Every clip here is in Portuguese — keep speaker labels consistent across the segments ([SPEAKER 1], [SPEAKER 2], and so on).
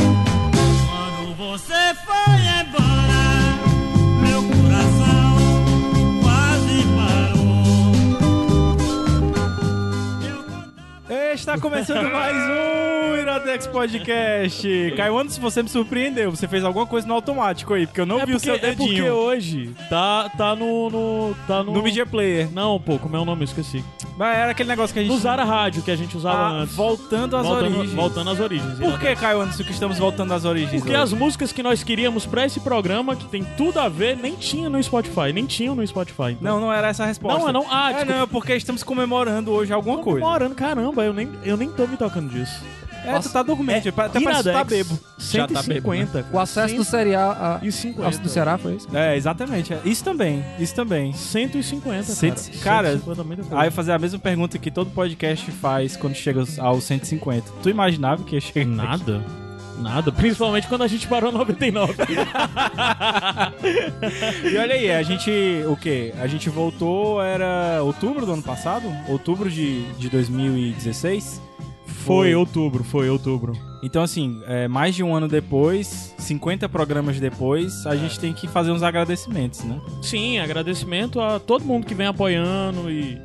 [SPEAKER 1] Quando você foi embora, meu coração quase parou. Eu contava
[SPEAKER 2] Está começando mais um Iradex Podcast. Caiwando, se você me surpreendeu, você fez alguma coisa no automático aí, porque eu não
[SPEAKER 3] É
[SPEAKER 2] vi
[SPEAKER 3] porque,
[SPEAKER 2] o seu
[SPEAKER 3] é porque
[SPEAKER 2] dedinho
[SPEAKER 3] hoje tá, tá no, no. Tá no.
[SPEAKER 2] no Media Player.
[SPEAKER 3] Não, pô, como é o nome? Eu Esqueci.
[SPEAKER 2] Mas era aquele negócio que a gente...
[SPEAKER 3] No Zara Rádio que a gente usava
[SPEAKER 2] Ah,
[SPEAKER 3] antes.
[SPEAKER 2] voltando às
[SPEAKER 3] voltando,
[SPEAKER 2] origens.
[SPEAKER 3] voltando às origens.
[SPEAKER 2] Por que, Caio Anderson, que estamos voltando às origens?
[SPEAKER 3] Porque
[SPEAKER 2] hoje?
[SPEAKER 3] as músicas que nós queríamos pra esse programa, que tem tudo a ver, nem tinha no Spotify. Nem tinham no Spotify. então.
[SPEAKER 2] Não, não era essa a resposta.
[SPEAKER 3] Não, é não? Ah,
[SPEAKER 2] é,
[SPEAKER 3] desculpa.
[SPEAKER 2] não, é porque estamos comemorando hoje alguma
[SPEAKER 3] Tô
[SPEAKER 2] coisa.
[SPEAKER 3] comemorando, caramba, eu nem, eu nem tô me tocando disso.
[SPEAKER 2] É, tu tá dormente, até parece que
[SPEAKER 3] Iradex,
[SPEAKER 2] tá bebo.
[SPEAKER 3] 150.
[SPEAKER 4] O acesso do Ceará.
[SPEAKER 3] E 50.
[SPEAKER 4] acesso do Ceará foi isso?
[SPEAKER 2] É, exatamente. é. Isso também, isso também.
[SPEAKER 3] 150, cara.
[SPEAKER 2] Cento- cara,
[SPEAKER 3] 150 é muita coisa.
[SPEAKER 2] Aí eu fazer a mesma pergunta que todo podcast faz quando chega aos 150. Tu imaginava que ia chegar
[SPEAKER 3] Nada. Nada. Principalmente quando a gente parou 99.
[SPEAKER 2] E olha aí, a gente. O quê? A gente voltou, era outubro do ano passado? Outubro de, de 2016?
[SPEAKER 3] Foi outubro, foi outubro.
[SPEAKER 2] Então, assim, é, mais de um ano depois, 50 programas depois, a gente tem que fazer uns agradecimentos, né?
[SPEAKER 3] Sim, agradecimento a todo mundo que vem apoiando e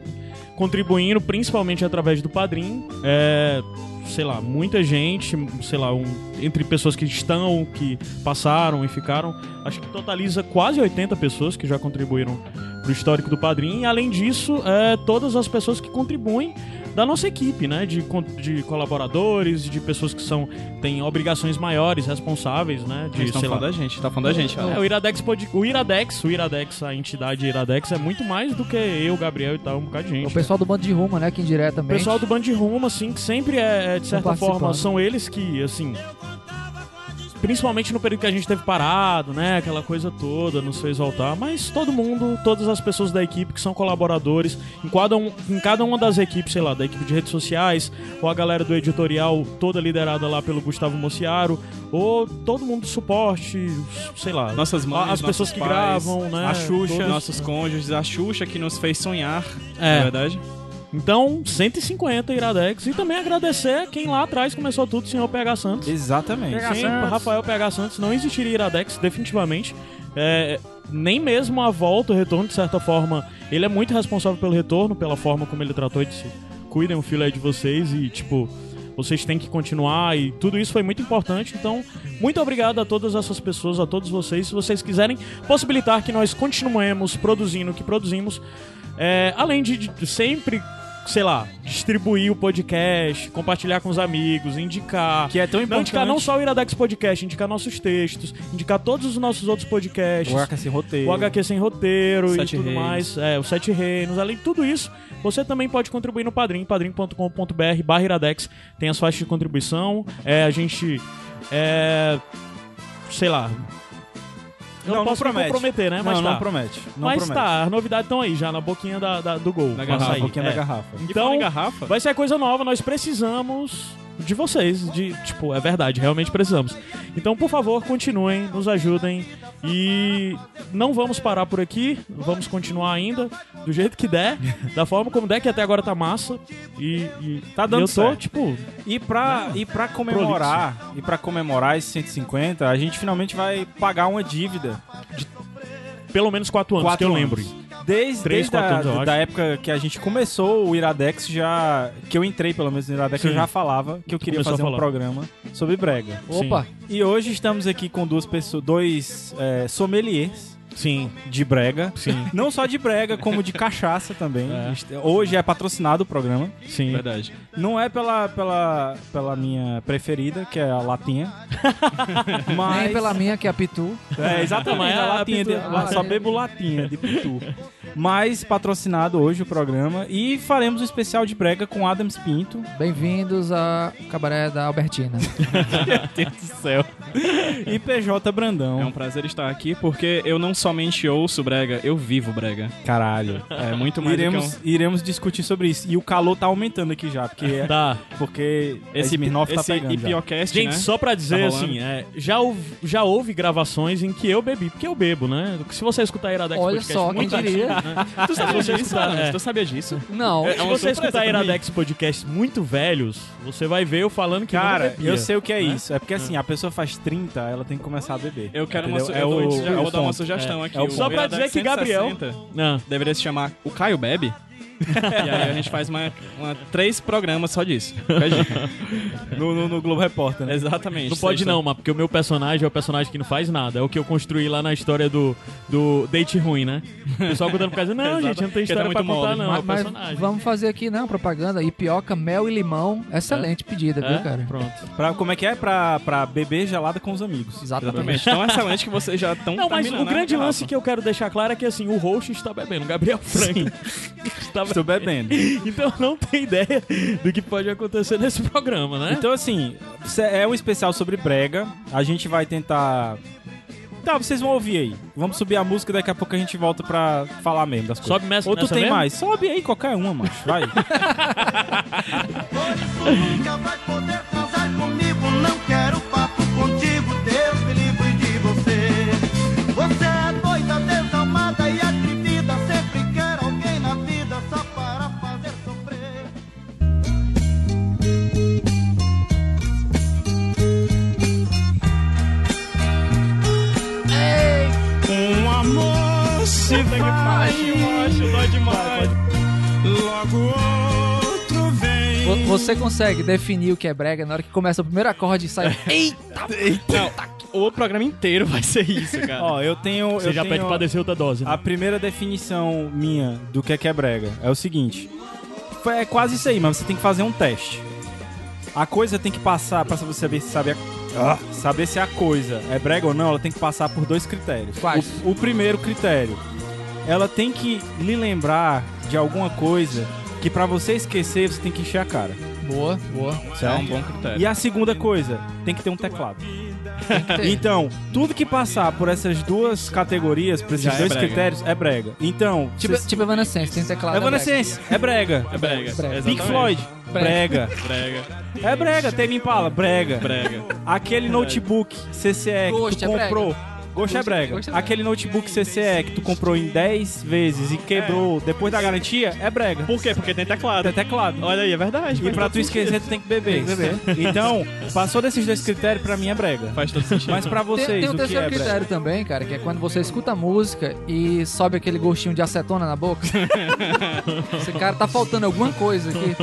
[SPEAKER 3] contribuindo, principalmente através do Padrim. É, sei lá, muita gente, sei lá, um- entre pessoas que estão, que passaram e ficaram, acho que totaliza quase 80 pessoas que já contribuíram pro histórico do Padrim. E, além disso, é, todas as pessoas que contribuem da nossa equipe, né? De, con- de colaboradores, de pessoas que são têm obrigações maiores, responsáveis, né? De, sei lá,
[SPEAKER 2] gente, tá falando da gente.
[SPEAKER 3] é, o Iradex pode. O Iradex, o Iradex, a entidade Iradex é muito mais do que eu, Gabriel e tal, um bocado de gente.
[SPEAKER 4] O pessoal do bando de Roma, né?
[SPEAKER 3] O
[SPEAKER 4] Que indiretamente.
[SPEAKER 3] pessoal do Band Rumo, assim, que sempre é, é, de certa
[SPEAKER 4] participando.
[SPEAKER 3] forma, são eles que, assim. Principalmente no período que a gente teve parado, né? Aquela coisa toda, não sei exaltar. Mas todo mundo, todas as pessoas da equipe que são colaboradores, em cada, um- em cada uma das equipes, sei lá, da equipe de redes sociais, ou a galera do editorial, toda liderada lá pelo Gustavo Mociaro, ou todo mundo do suporte, sei lá.
[SPEAKER 5] Nossas mães,
[SPEAKER 3] as pessoas
[SPEAKER 5] nossos
[SPEAKER 3] que
[SPEAKER 5] pais,
[SPEAKER 3] gravam, né?
[SPEAKER 5] A Xuxa,
[SPEAKER 3] Todos-
[SPEAKER 5] nossos cônjuges, a Xuxa que nos fez sonhar, na
[SPEAKER 3] É,
[SPEAKER 5] verdade.
[SPEAKER 3] Então, 150 Iradex. E também agradecer a quem lá atrás começou tudo, o senhor PH Santos.
[SPEAKER 2] Exatamente.
[SPEAKER 3] Sem Rafael PH Santos não existiria Iradex, definitivamente. É, nem mesmo a volta, o retorno, de certa forma, ele é muito responsável pelo retorno, pela forma como ele tratou e disse: cuidem o filho aí de vocês e, tipo, vocês têm que continuar. E tudo isso foi muito importante. Então, muito obrigado a todas essas pessoas, a todos vocês. Se vocês quiserem possibilitar que nós continuemos produzindo o que produzimos, é, além de, de sempre. Sei lá, distribuir o podcast, compartilhar com os amigos, indicar.
[SPEAKER 2] Que é tão
[SPEAKER 3] Não,
[SPEAKER 2] importante.
[SPEAKER 3] indicar não só o Iradex Podcast, indicar nossos textos, indicar todos os nossos outros podcasts.
[SPEAKER 2] O HC sem roteiro.
[SPEAKER 3] O HQ Sem Roteiro e
[SPEAKER 5] Sete
[SPEAKER 3] tudo
[SPEAKER 5] Reinos.
[SPEAKER 3] mais. É, o Sete Reinos. Além de tudo isso, você também pode contribuir no Padrim, padrim.com.br barra Iradex. Tem as faixas de contribuição. É, a gente... É, sei lá... Eu não,
[SPEAKER 2] Não, não
[SPEAKER 3] posso me
[SPEAKER 2] promete.
[SPEAKER 3] comprometer, né?
[SPEAKER 2] Não,
[SPEAKER 3] Mas
[SPEAKER 2] não
[SPEAKER 3] tá.
[SPEAKER 2] promete. Não
[SPEAKER 3] Mas
[SPEAKER 2] promete.
[SPEAKER 3] tá, as novidades estão aí já, na boquinha da, da- do gol.
[SPEAKER 5] Da
[SPEAKER 3] pra
[SPEAKER 5] garrafa,
[SPEAKER 3] sair.
[SPEAKER 2] Um pouquinho
[SPEAKER 3] É.
[SPEAKER 2] da garrafa.
[SPEAKER 3] Então,
[SPEAKER 5] e garrafa?
[SPEAKER 3] Vai ser coisa nova, nós precisamos de vocês, de tipo, é verdade, realmente precisamos. Então, por favor, continuem, nos ajudem e não vamos parar por aqui, vamos continuar ainda do jeito que der, da forma como der que até agora tá massa e, e
[SPEAKER 2] Tá dando
[SPEAKER 3] eu tô
[SPEAKER 2] certo.
[SPEAKER 3] tipo,
[SPEAKER 2] E pra, e pra comemorar, e pra comemorar esses 150, a gente finalmente vai pagar uma dívida.
[SPEAKER 3] pelo menos quatro anos que eu
[SPEAKER 2] anos.
[SPEAKER 3] lembre.
[SPEAKER 2] Desde,
[SPEAKER 3] Três,
[SPEAKER 2] desde
[SPEAKER 3] quatro
[SPEAKER 2] a,
[SPEAKER 3] anos, eu acho.
[SPEAKER 2] da época que a gente começou o Iradex, já que eu entrei pelo menos no Iradex,
[SPEAKER 3] Sim.
[SPEAKER 2] eu já falava que eu queria
[SPEAKER 3] Começou a
[SPEAKER 2] fazer um
[SPEAKER 3] falar.
[SPEAKER 2] programa sobre brega.
[SPEAKER 4] Opa,
[SPEAKER 2] E hoje estamos aqui com duas pessoas, dois é, sommeliers
[SPEAKER 3] Sim.
[SPEAKER 2] de brega.
[SPEAKER 3] Sim.
[SPEAKER 2] Não só de brega, como de cachaça também. Hoje é patrocinado o programa.
[SPEAKER 3] Sim.
[SPEAKER 5] Verdade.
[SPEAKER 2] Não é pela, pela, pela minha preferida, que é a latinha. mas...
[SPEAKER 4] Nem pela minha, que é a Pitu.
[SPEAKER 2] É, exatamente.
[SPEAKER 3] Mas é
[SPEAKER 2] a
[SPEAKER 3] a
[SPEAKER 2] latinha de-
[SPEAKER 4] pitu-
[SPEAKER 2] só bebo latinha de pitu. Mas patrocinado hoje o programa. E faremos um especial de brega com Adams Pinto.
[SPEAKER 4] Bem-vindos a Cabaré da Albertina.
[SPEAKER 2] e PJ Brandão.
[SPEAKER 5] É um prazer estar aqui porque eu não somente ouço brega, eu vivo brega.
[SPEAKER 2] Caralho.
[SPEAKER 5] É muito mais
[SPEAKER 2] iremos,
[SPEAKER 5] do que
[SPEAKER 2] iremos discutir sobre isso. E o calor tá aumentando aqui já, porque, é-
[SPEAKER 3] Tá.
[SPEAKER 2] porque
[SPEAKER 5] um... Esse,
[SPEAKER 2] Smirnoff tá
[SPEAKER 5] esse
[SPEAKER 2] pegando já.
[SPEAKER 5] Ipiocast,
[SPEAKER 3] Gente,
[SPEAKER 5] né?
[SPEAKER 3] só pra dizer
[SPEAKER 5] Tá rolando.
[SPEAKER 3] assim, é, já, houve, já houve gravações em que eu bebi, porque eu bebo, né? Se você escutar a Iradex
[SPEAKER 4] Olha
[SPEAKER 3] Podcast né?
[SPEAKER 4] só, quem
[SPEAKER 3] muito
[SPEAKER 4] diria?
[SPEAKER 5] né? Tu sabia
[SPEAKER 3] você
[SPEAKER 5] disso,
[SPEAKER 3] escutar,
[SPEAKER 5] Adams?
[SPEAKER 3] é.
[SPEAKER 5] Tu sabia disso?
[SPEAKER 4] Não.
[SPEAKER 3] Se você escutar
[SPEAKER 5] É surpresa pra mim.
[SPEAKER 3] Iradex Podcast muito velhos, você vai ver eu falando que não
[SPEAKER 2] Cara,
[SPEAKER 3] bebia.
[SPEAKER 2] eu sei o que é isso. É porque assim, a pessoa faz 30, ela tem que começar a beber.
[SPEAKER 5] Eu quero uma
[SPEAKER 2] entendeu?
[SPEAKER 5] su...
[SPEAKER 2] é
[SPEAKER 5] eu
[SPEAKER 2] o,
[SPEAKER 5] vou- já
[SPEAKER 2] é
[SPEAKER 5] vou
[SPEAKER 2] o
[SPEAKER 5] dar uma
[SPEAKER 2] ponto.
[SPEAKER 5] sugestão aqui.
[SPEAKER 2] é o
[SPEAKER 5] O
[SPEAKER 2] Só
[SPEAKER 3] pra
[SPEAKER 5] Iradex
[SPEAKER 3] dizer que Gabriel-
[SPEAKER 5] 160
[SPEAKER 3] Ah,
[SPEAKER 5] Deveria se chamar O Caio Bebe? e aí a gente faz uma, uma- três programas só disso. Fica a dica.
[SPEAKER 2] No, no- no Globo Repórter, né?
[SPEAKER 5] Exatamente.
[SPEAKER 3] não pode
[SPEAKER 5] Sexta.
[SPEAKER 3] não, mas porque o meu personagem é o personagem que não faz nada. É o que eu construí lá na história do, do Date Ruim, né? O pessoal contando por causa, não, gente, não tem
[SPEAKER 5] Porque tá
[SPEAKER 3] história pra
[SPEAKER 5] muito
[SPEAKER 3] contar,
[SPEAKER 5] mole.
[SPEAKER 3] não. é o
[SPEAKER 4] Mas, mas
[SPEAKER 3] personagem.
[SPEAKER 4] vamos fazer aqui, não, propaganda. Ipioca, mel e limão. Excelente pedida,
[SPEAKER 3] É?
[SPEAKER 4] viu, cara?
[SPEAKER 3] Pronto.
[SPEAKER 2] Pra, como é que é? Pra, pra beber gelada com os amigos.
[SPEAKER 4] Exatamente.
[SPEAKER 5] Exatamente. Tão excelente que né? vocês já estão
[SPEAKER 3] Não, mas o grande lance que eu quero deixar claro é que assim, o host está bebendo, o Gabriel Franco está
[SPEAKER 2] Estou bebendo.
[SPEAKER 3] Então não tem ideia do que pode acontecer nesse programa, né?
[SPEAKER 2] Então, assim, cê- é um especial sobre brega. A gente vai tentar. Tá, vocês vão ouvir aí. Vamos subir a música daqui a pouco a gente volta pra falar mesmo das coisas.
[SPEAKER 3] Sobe nessa-
[SPEAKER 2] Ou tu
[SPEAKER 3] nessa
[SPEAKER 2] tem
[SPEAKER 3] mesmo?
[SPEAKER 2] mais? Sobe aí qualquer uma, macho. Vai.
[SPEAKER 6] Nunca vai poder transar comigo. Não quero papo contigo. Deus me livre de você. Você é doida, desalmada e atrevida. Sempre quer alguém na vida só para fazer sofrer.
[SPEAKER 1] Um amor se vai, logo outro vem.
[SPEAKER 4] Vo- Você consegue definir o que é brega na hora que começa o primeiro acorde e sai.
[SPEAKER 5] o programa inteiro vai ser isso, cara.
[SPEAKER 2] Ó, eu tenho.
[SPEAKER 3] Você
[SPEAKER 2] eu
[SPEAKER 3] já
[SPEAKER 2] tenho
[SPEAKER 3] pede pra descer outra dose. né?
[SPEAKER 2] A primeira definição minha do que é que é brega é o seguinte. Foi- É quase isso aí, mas você tem que fazer um teste. A coisa tem que passar, pra você saber, saber, a- ah, saber se a coisa é brega ou não, ela tem que passar por dois critérios.
[SPEAKER 4] Quais?
[SPEAKER 2] O, o primeiro critério, ela tem que lhe lembrar de alguma coisa que pra você esquecer, você tem que encher a cara.
[SPEAKER 4] Boa, boa.
[SPEAKER 5] Isso é um bom critério.
[SPEAKER 2] E a segunda coisa, tem que ter um teclado. Então, tudo que passar por essas duas categorias, por esses
[SPEAKER 5] Já é
[SPEAKER 2] dois
[SPEAKER 5] brega.
[SPEAKER 2] critérios, é brega. Então,
[SPEAKER 4] Tipo, tipo Evanescence, tem teclado.
[SPEAKER 2] Evanescence, é brega.
[SPEAKER 5] É brega.
[SPEAKER 4] Brega.
[SPEAKER 5] exatamente.
[SPEAKER 2] Pink Floyd, brega.
[SPEAKER 5] Brega.
[SPEAKER 2] É brega, Tame Impala, brega.
[SPEAKER 5] Brega.
[SPEAKER 2] Aquele notebook CCE que
[SPEAKER 4] Ghost
[SPEAKER 2] tu
[SPEAKER 4] é brega.
[SPEAKER 2] comprou. Ghost é brega.
[SPEAKER 4] Ghost é brega.
[SPEAKER 2] Aquele notebook CCE que tu comprou em 10 vezes e quebrou depois da garantia, é brega.
[SPEAKER 5] Por quê? Porque tem teclado.
[SPEAKER 2] É teclado.
[SPEAKER 5] Olha aí, é verdade.
[SPEAKER 2] E pra tu esquecer, tu tem que beber. Então, passou desses dois critérios, pra mim é brega.
[SPEAKER 5] Faz todo sentido.
[SPEAKER 2] Mas pra vocês,
[SPEAKER 4] Tem, tem um
[SPEAKER 2] o que
[SPEAKER 4] terceiro
[SPEAKER 2] é brega?
[SPEAKER 4] critério também, cara, que é quando você escuta a música e sobe aquele gostinho de acetona na boca. Esse cara tá faltando alguma coisa aqui.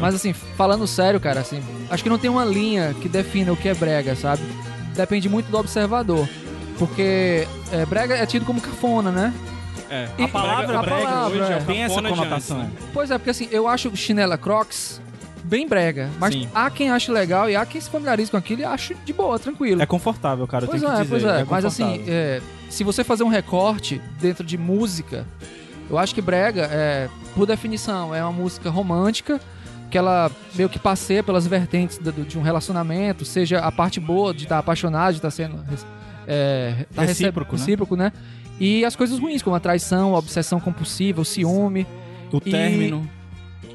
[SPEAKER 4] Mas assim, falando sério, cara, assim, acho que não tem uma linha que defina o que é brega, sabe? Depende muito do observador. Porque é, brega é tido como cafona, né?
[SPEAKER 5] É.
[SPEAKER 4] E- a palavra, é.
[SPEAKER 2] Tem essa
[SPEAKER 5] Cafona de
[SPEAKER 2] conotação.
[SPEAKER 5] antes,
[SPEAKER 4] Pois é, porque assim, eu acho chinela Crocs bem brega. Mas
[SPEAKER 5] Sim.
[SPEAKER 4] há quem ache legal e há quem se familiarize com aquilo e acho de boa, tranquilo.
[SPEAKER 2] É confortável, cara, eu
[SPEAKER 4] Pois
[SPEAKER 2] tenho que
[SPEAKER 4] é,
[SPEAKER 2] dizer.
[SPEAKER 4] pois é. Mas
[SPEAKER 2] confortável.
[SPEAKER 4] assim, é, se você fazer um recorte dentro de música, eu acho que brega, é, por definição, é uma música romântica que ela meio que passeia pelas vertentes do- do- de um relacionamento, seja a parte boa de estar apaixonado, de estar sendo é, tá receb-
[SPEAKER 2] Recíproco, né?
[SPEAKER 4] recíproco, né? E as coisas ruins, como a traição, a obsessão compulsiva, o ciúme.
[SPEAKER 2] o
[SPEAKER 4] e-
[SPEAKER 2] término.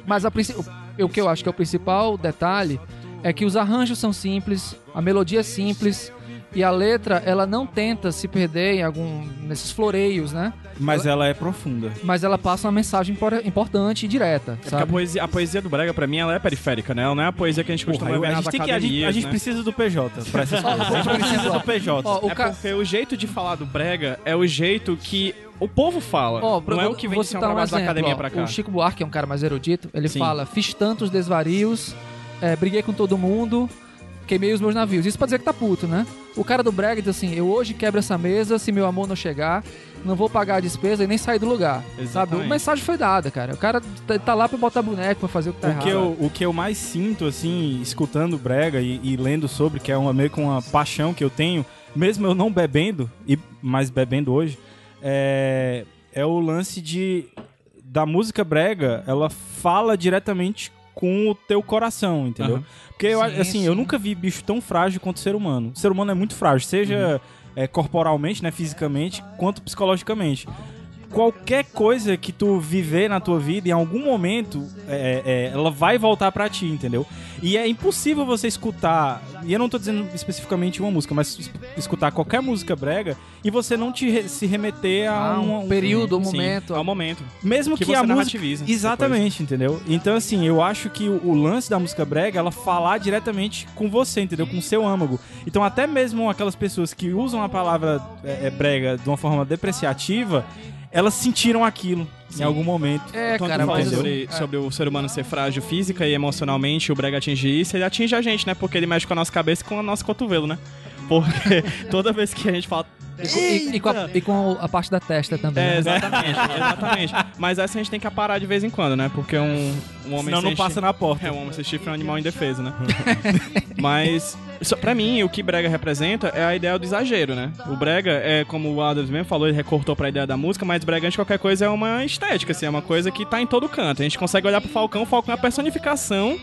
[SPEAKER 4] Mas a princi- o- o que eu acho que é o principal detalhe é que os arranjos são simples, a melodia é simples e a letra ela não tenta se perder em algum nesses floreios, né?
[SPEAKER 2] Mas ela é profunda.
[SPEAKER 4] Mas ela passa uma mensagem impor- importante e direta,
[SPEAKER 5] Porque a
[SPEAKER 4] sabe?
[SPEAKER 5] poesia, a poesia do Brega, pra mim, ela é periférica, né? Ela não é a poesia que a gente costuma
[SPEAKER 2] Porra, eu-
[SPEAKER 5] ver
[SPEAKER 2] a
[SPEAKER 5] nas
[SPEAKER 2] gente, tem que, a gente, a
[SPEAKER 5] academias,
[SPEAKER 2] gente
[SPEAKER 5] né?
[SPEAKER 2] precisa do PJ pra essas
[SPEAKER 4] Ó,
[SPEAKER 2] coisas. A gente
[SPEAKER 4] por
[SPEAKER 2] precisa
[SPEAKER 4] exemplo,
[SPEAKER 2] do PJ.
[SPEAKER 4] Ó, o
[SPEAKER 5] é
[SPEAKER 4] ca-
[SPEAKER 5] porque o jeito de falar do brega é o jeito que o povo fala. não
[SPEAKER 4] Ó, vou-
[SPEAKER 5] é o que vem
[SPEAKER 4] vou
[SPEAKER 5] de ser um
[SPEAKER 4] citar
[SPEAKER 5] trabalho da
[SPEAKER 4] exemplo,
[SPEAKER 5] academia
[SPEAKER 4] tá ó.
[SPEAKER 5] pra cá.
[SPEAKER 4] O Chico Buarque é um cara mais erudito. Ele
[SPEAKER 5] Sim.
[SPEAKER 4] fala: fiz tantos desvarios, é, briguei com todo mundo. queimei os meus navios. Isso pra dizer que tá puto, né? O cara do brega diz assim: eu hoje quebro essa mesa se meu amor não chegar, não vou pagar a despesa e nem sair do lugar. Sabe?
[SPEAKER 5] Exatamente.
[SPEAKER 4] A mensagem foi dada, cara. O cara tá- tá lá pra botar boneco, pra fazer o que tá
[SPEAKER 2] O
[SPEAKER 4] errado.
[SPEAKER 2] que, eu, o que eu mais sinto, assim, escutando brega e, e lendo sobre, que é uma, meio que uma paixão que eu tenho, mesmo eu não bebendo, e mais bebendo hoje, é, é o lance de da música brega, ela fala diretamente com o teu coração, entendeu?
[SPEAKER 5] Aham.
[SPEAKER 2] Porque, eu,
[SPEAKER 4] Sim,
[SPEAKER 2] assim, eu
[SPEAKER 4] sim.
[SPEAKER 2] nunca vi bicho tão frágil quanto o ser humano. O ser humano é muito frágil, seja é, corporalmente, né, fisicamente, quanto psicologicamente qualquer coisa que tu viver na tua vida, em algum momento, é, é, ela vai voltar pra ti, entendeu? E é impossível você escutar, e eu não tô dizendo especificamente uma música, mas es- escutar qualquer música brega e você não te re- se remeter a
[SPEAKER 4] Ah,
[SPEAKER 2] uma-
[SPEAKER 4] um período, um
[SPEAKER 5] Sim,
[SPEAKER 4] momento.
[SPEAKER 5] Ao momento.
[SPEAKER 2] Mesmo que,
[SPEAKER 5] Que, você
[SPEAKER 2] a música...
[SPEAKER 5] narrativiza.
[SPEAKER 2] Exatamente, entendeu? Então, assim, eu acho que o, o lance da música brega é ela falar diretamente com você, entendeu? Com o seu âmago. Então, até mesmo aquelas pessoas que usam a palavra é, é, brega de uma forma depreciativa, elas sentiram aquilo em algum momento. Então,
[SPEAKER 4] É,
[SPEAKER 5] Quando
[SPEAKER 4] cara,
[SPEAKER 5] tu fala
[SPEAKER 4] mas.
[SPEAKER 5] sobre, sobre o ser humano ser frágil física e emocionalmente, o Brega atinge isso, ele atinge a gente, né? Porque ele mexe com a nossa cabeça e com o nosso cotovelo, né? Porque toda vez que a gente fala.
[SPEAKER 4] E, com- e- e com a, e com a parte da testa também.
[SPEAKER 5] É,
[SPEAKER 4] né?
[SPEAKER 5] exatamente, exatamente. Mas essa a gente tem que parar de vez em quando, né? Porque um, um homem
[SPEAKER 2] Senão não
[SPEAKER 5] sem
[SPEAKER 2] passa na porta.
[SPEAKER 5] É, o homem sem chifre é um animal indefeso, né? Mas, só, pra mim, o que Brega representa é a ideia do exagero, né? O Brega, é, como o Adams mesmo falou, ele recortou pra ideia da música, mas Brega, antes de qualquer coisa, é uma estética, assim, é uma coisa que tá em todo canto. A gente consegue olhar pro Falcão, o Falcão é a personificação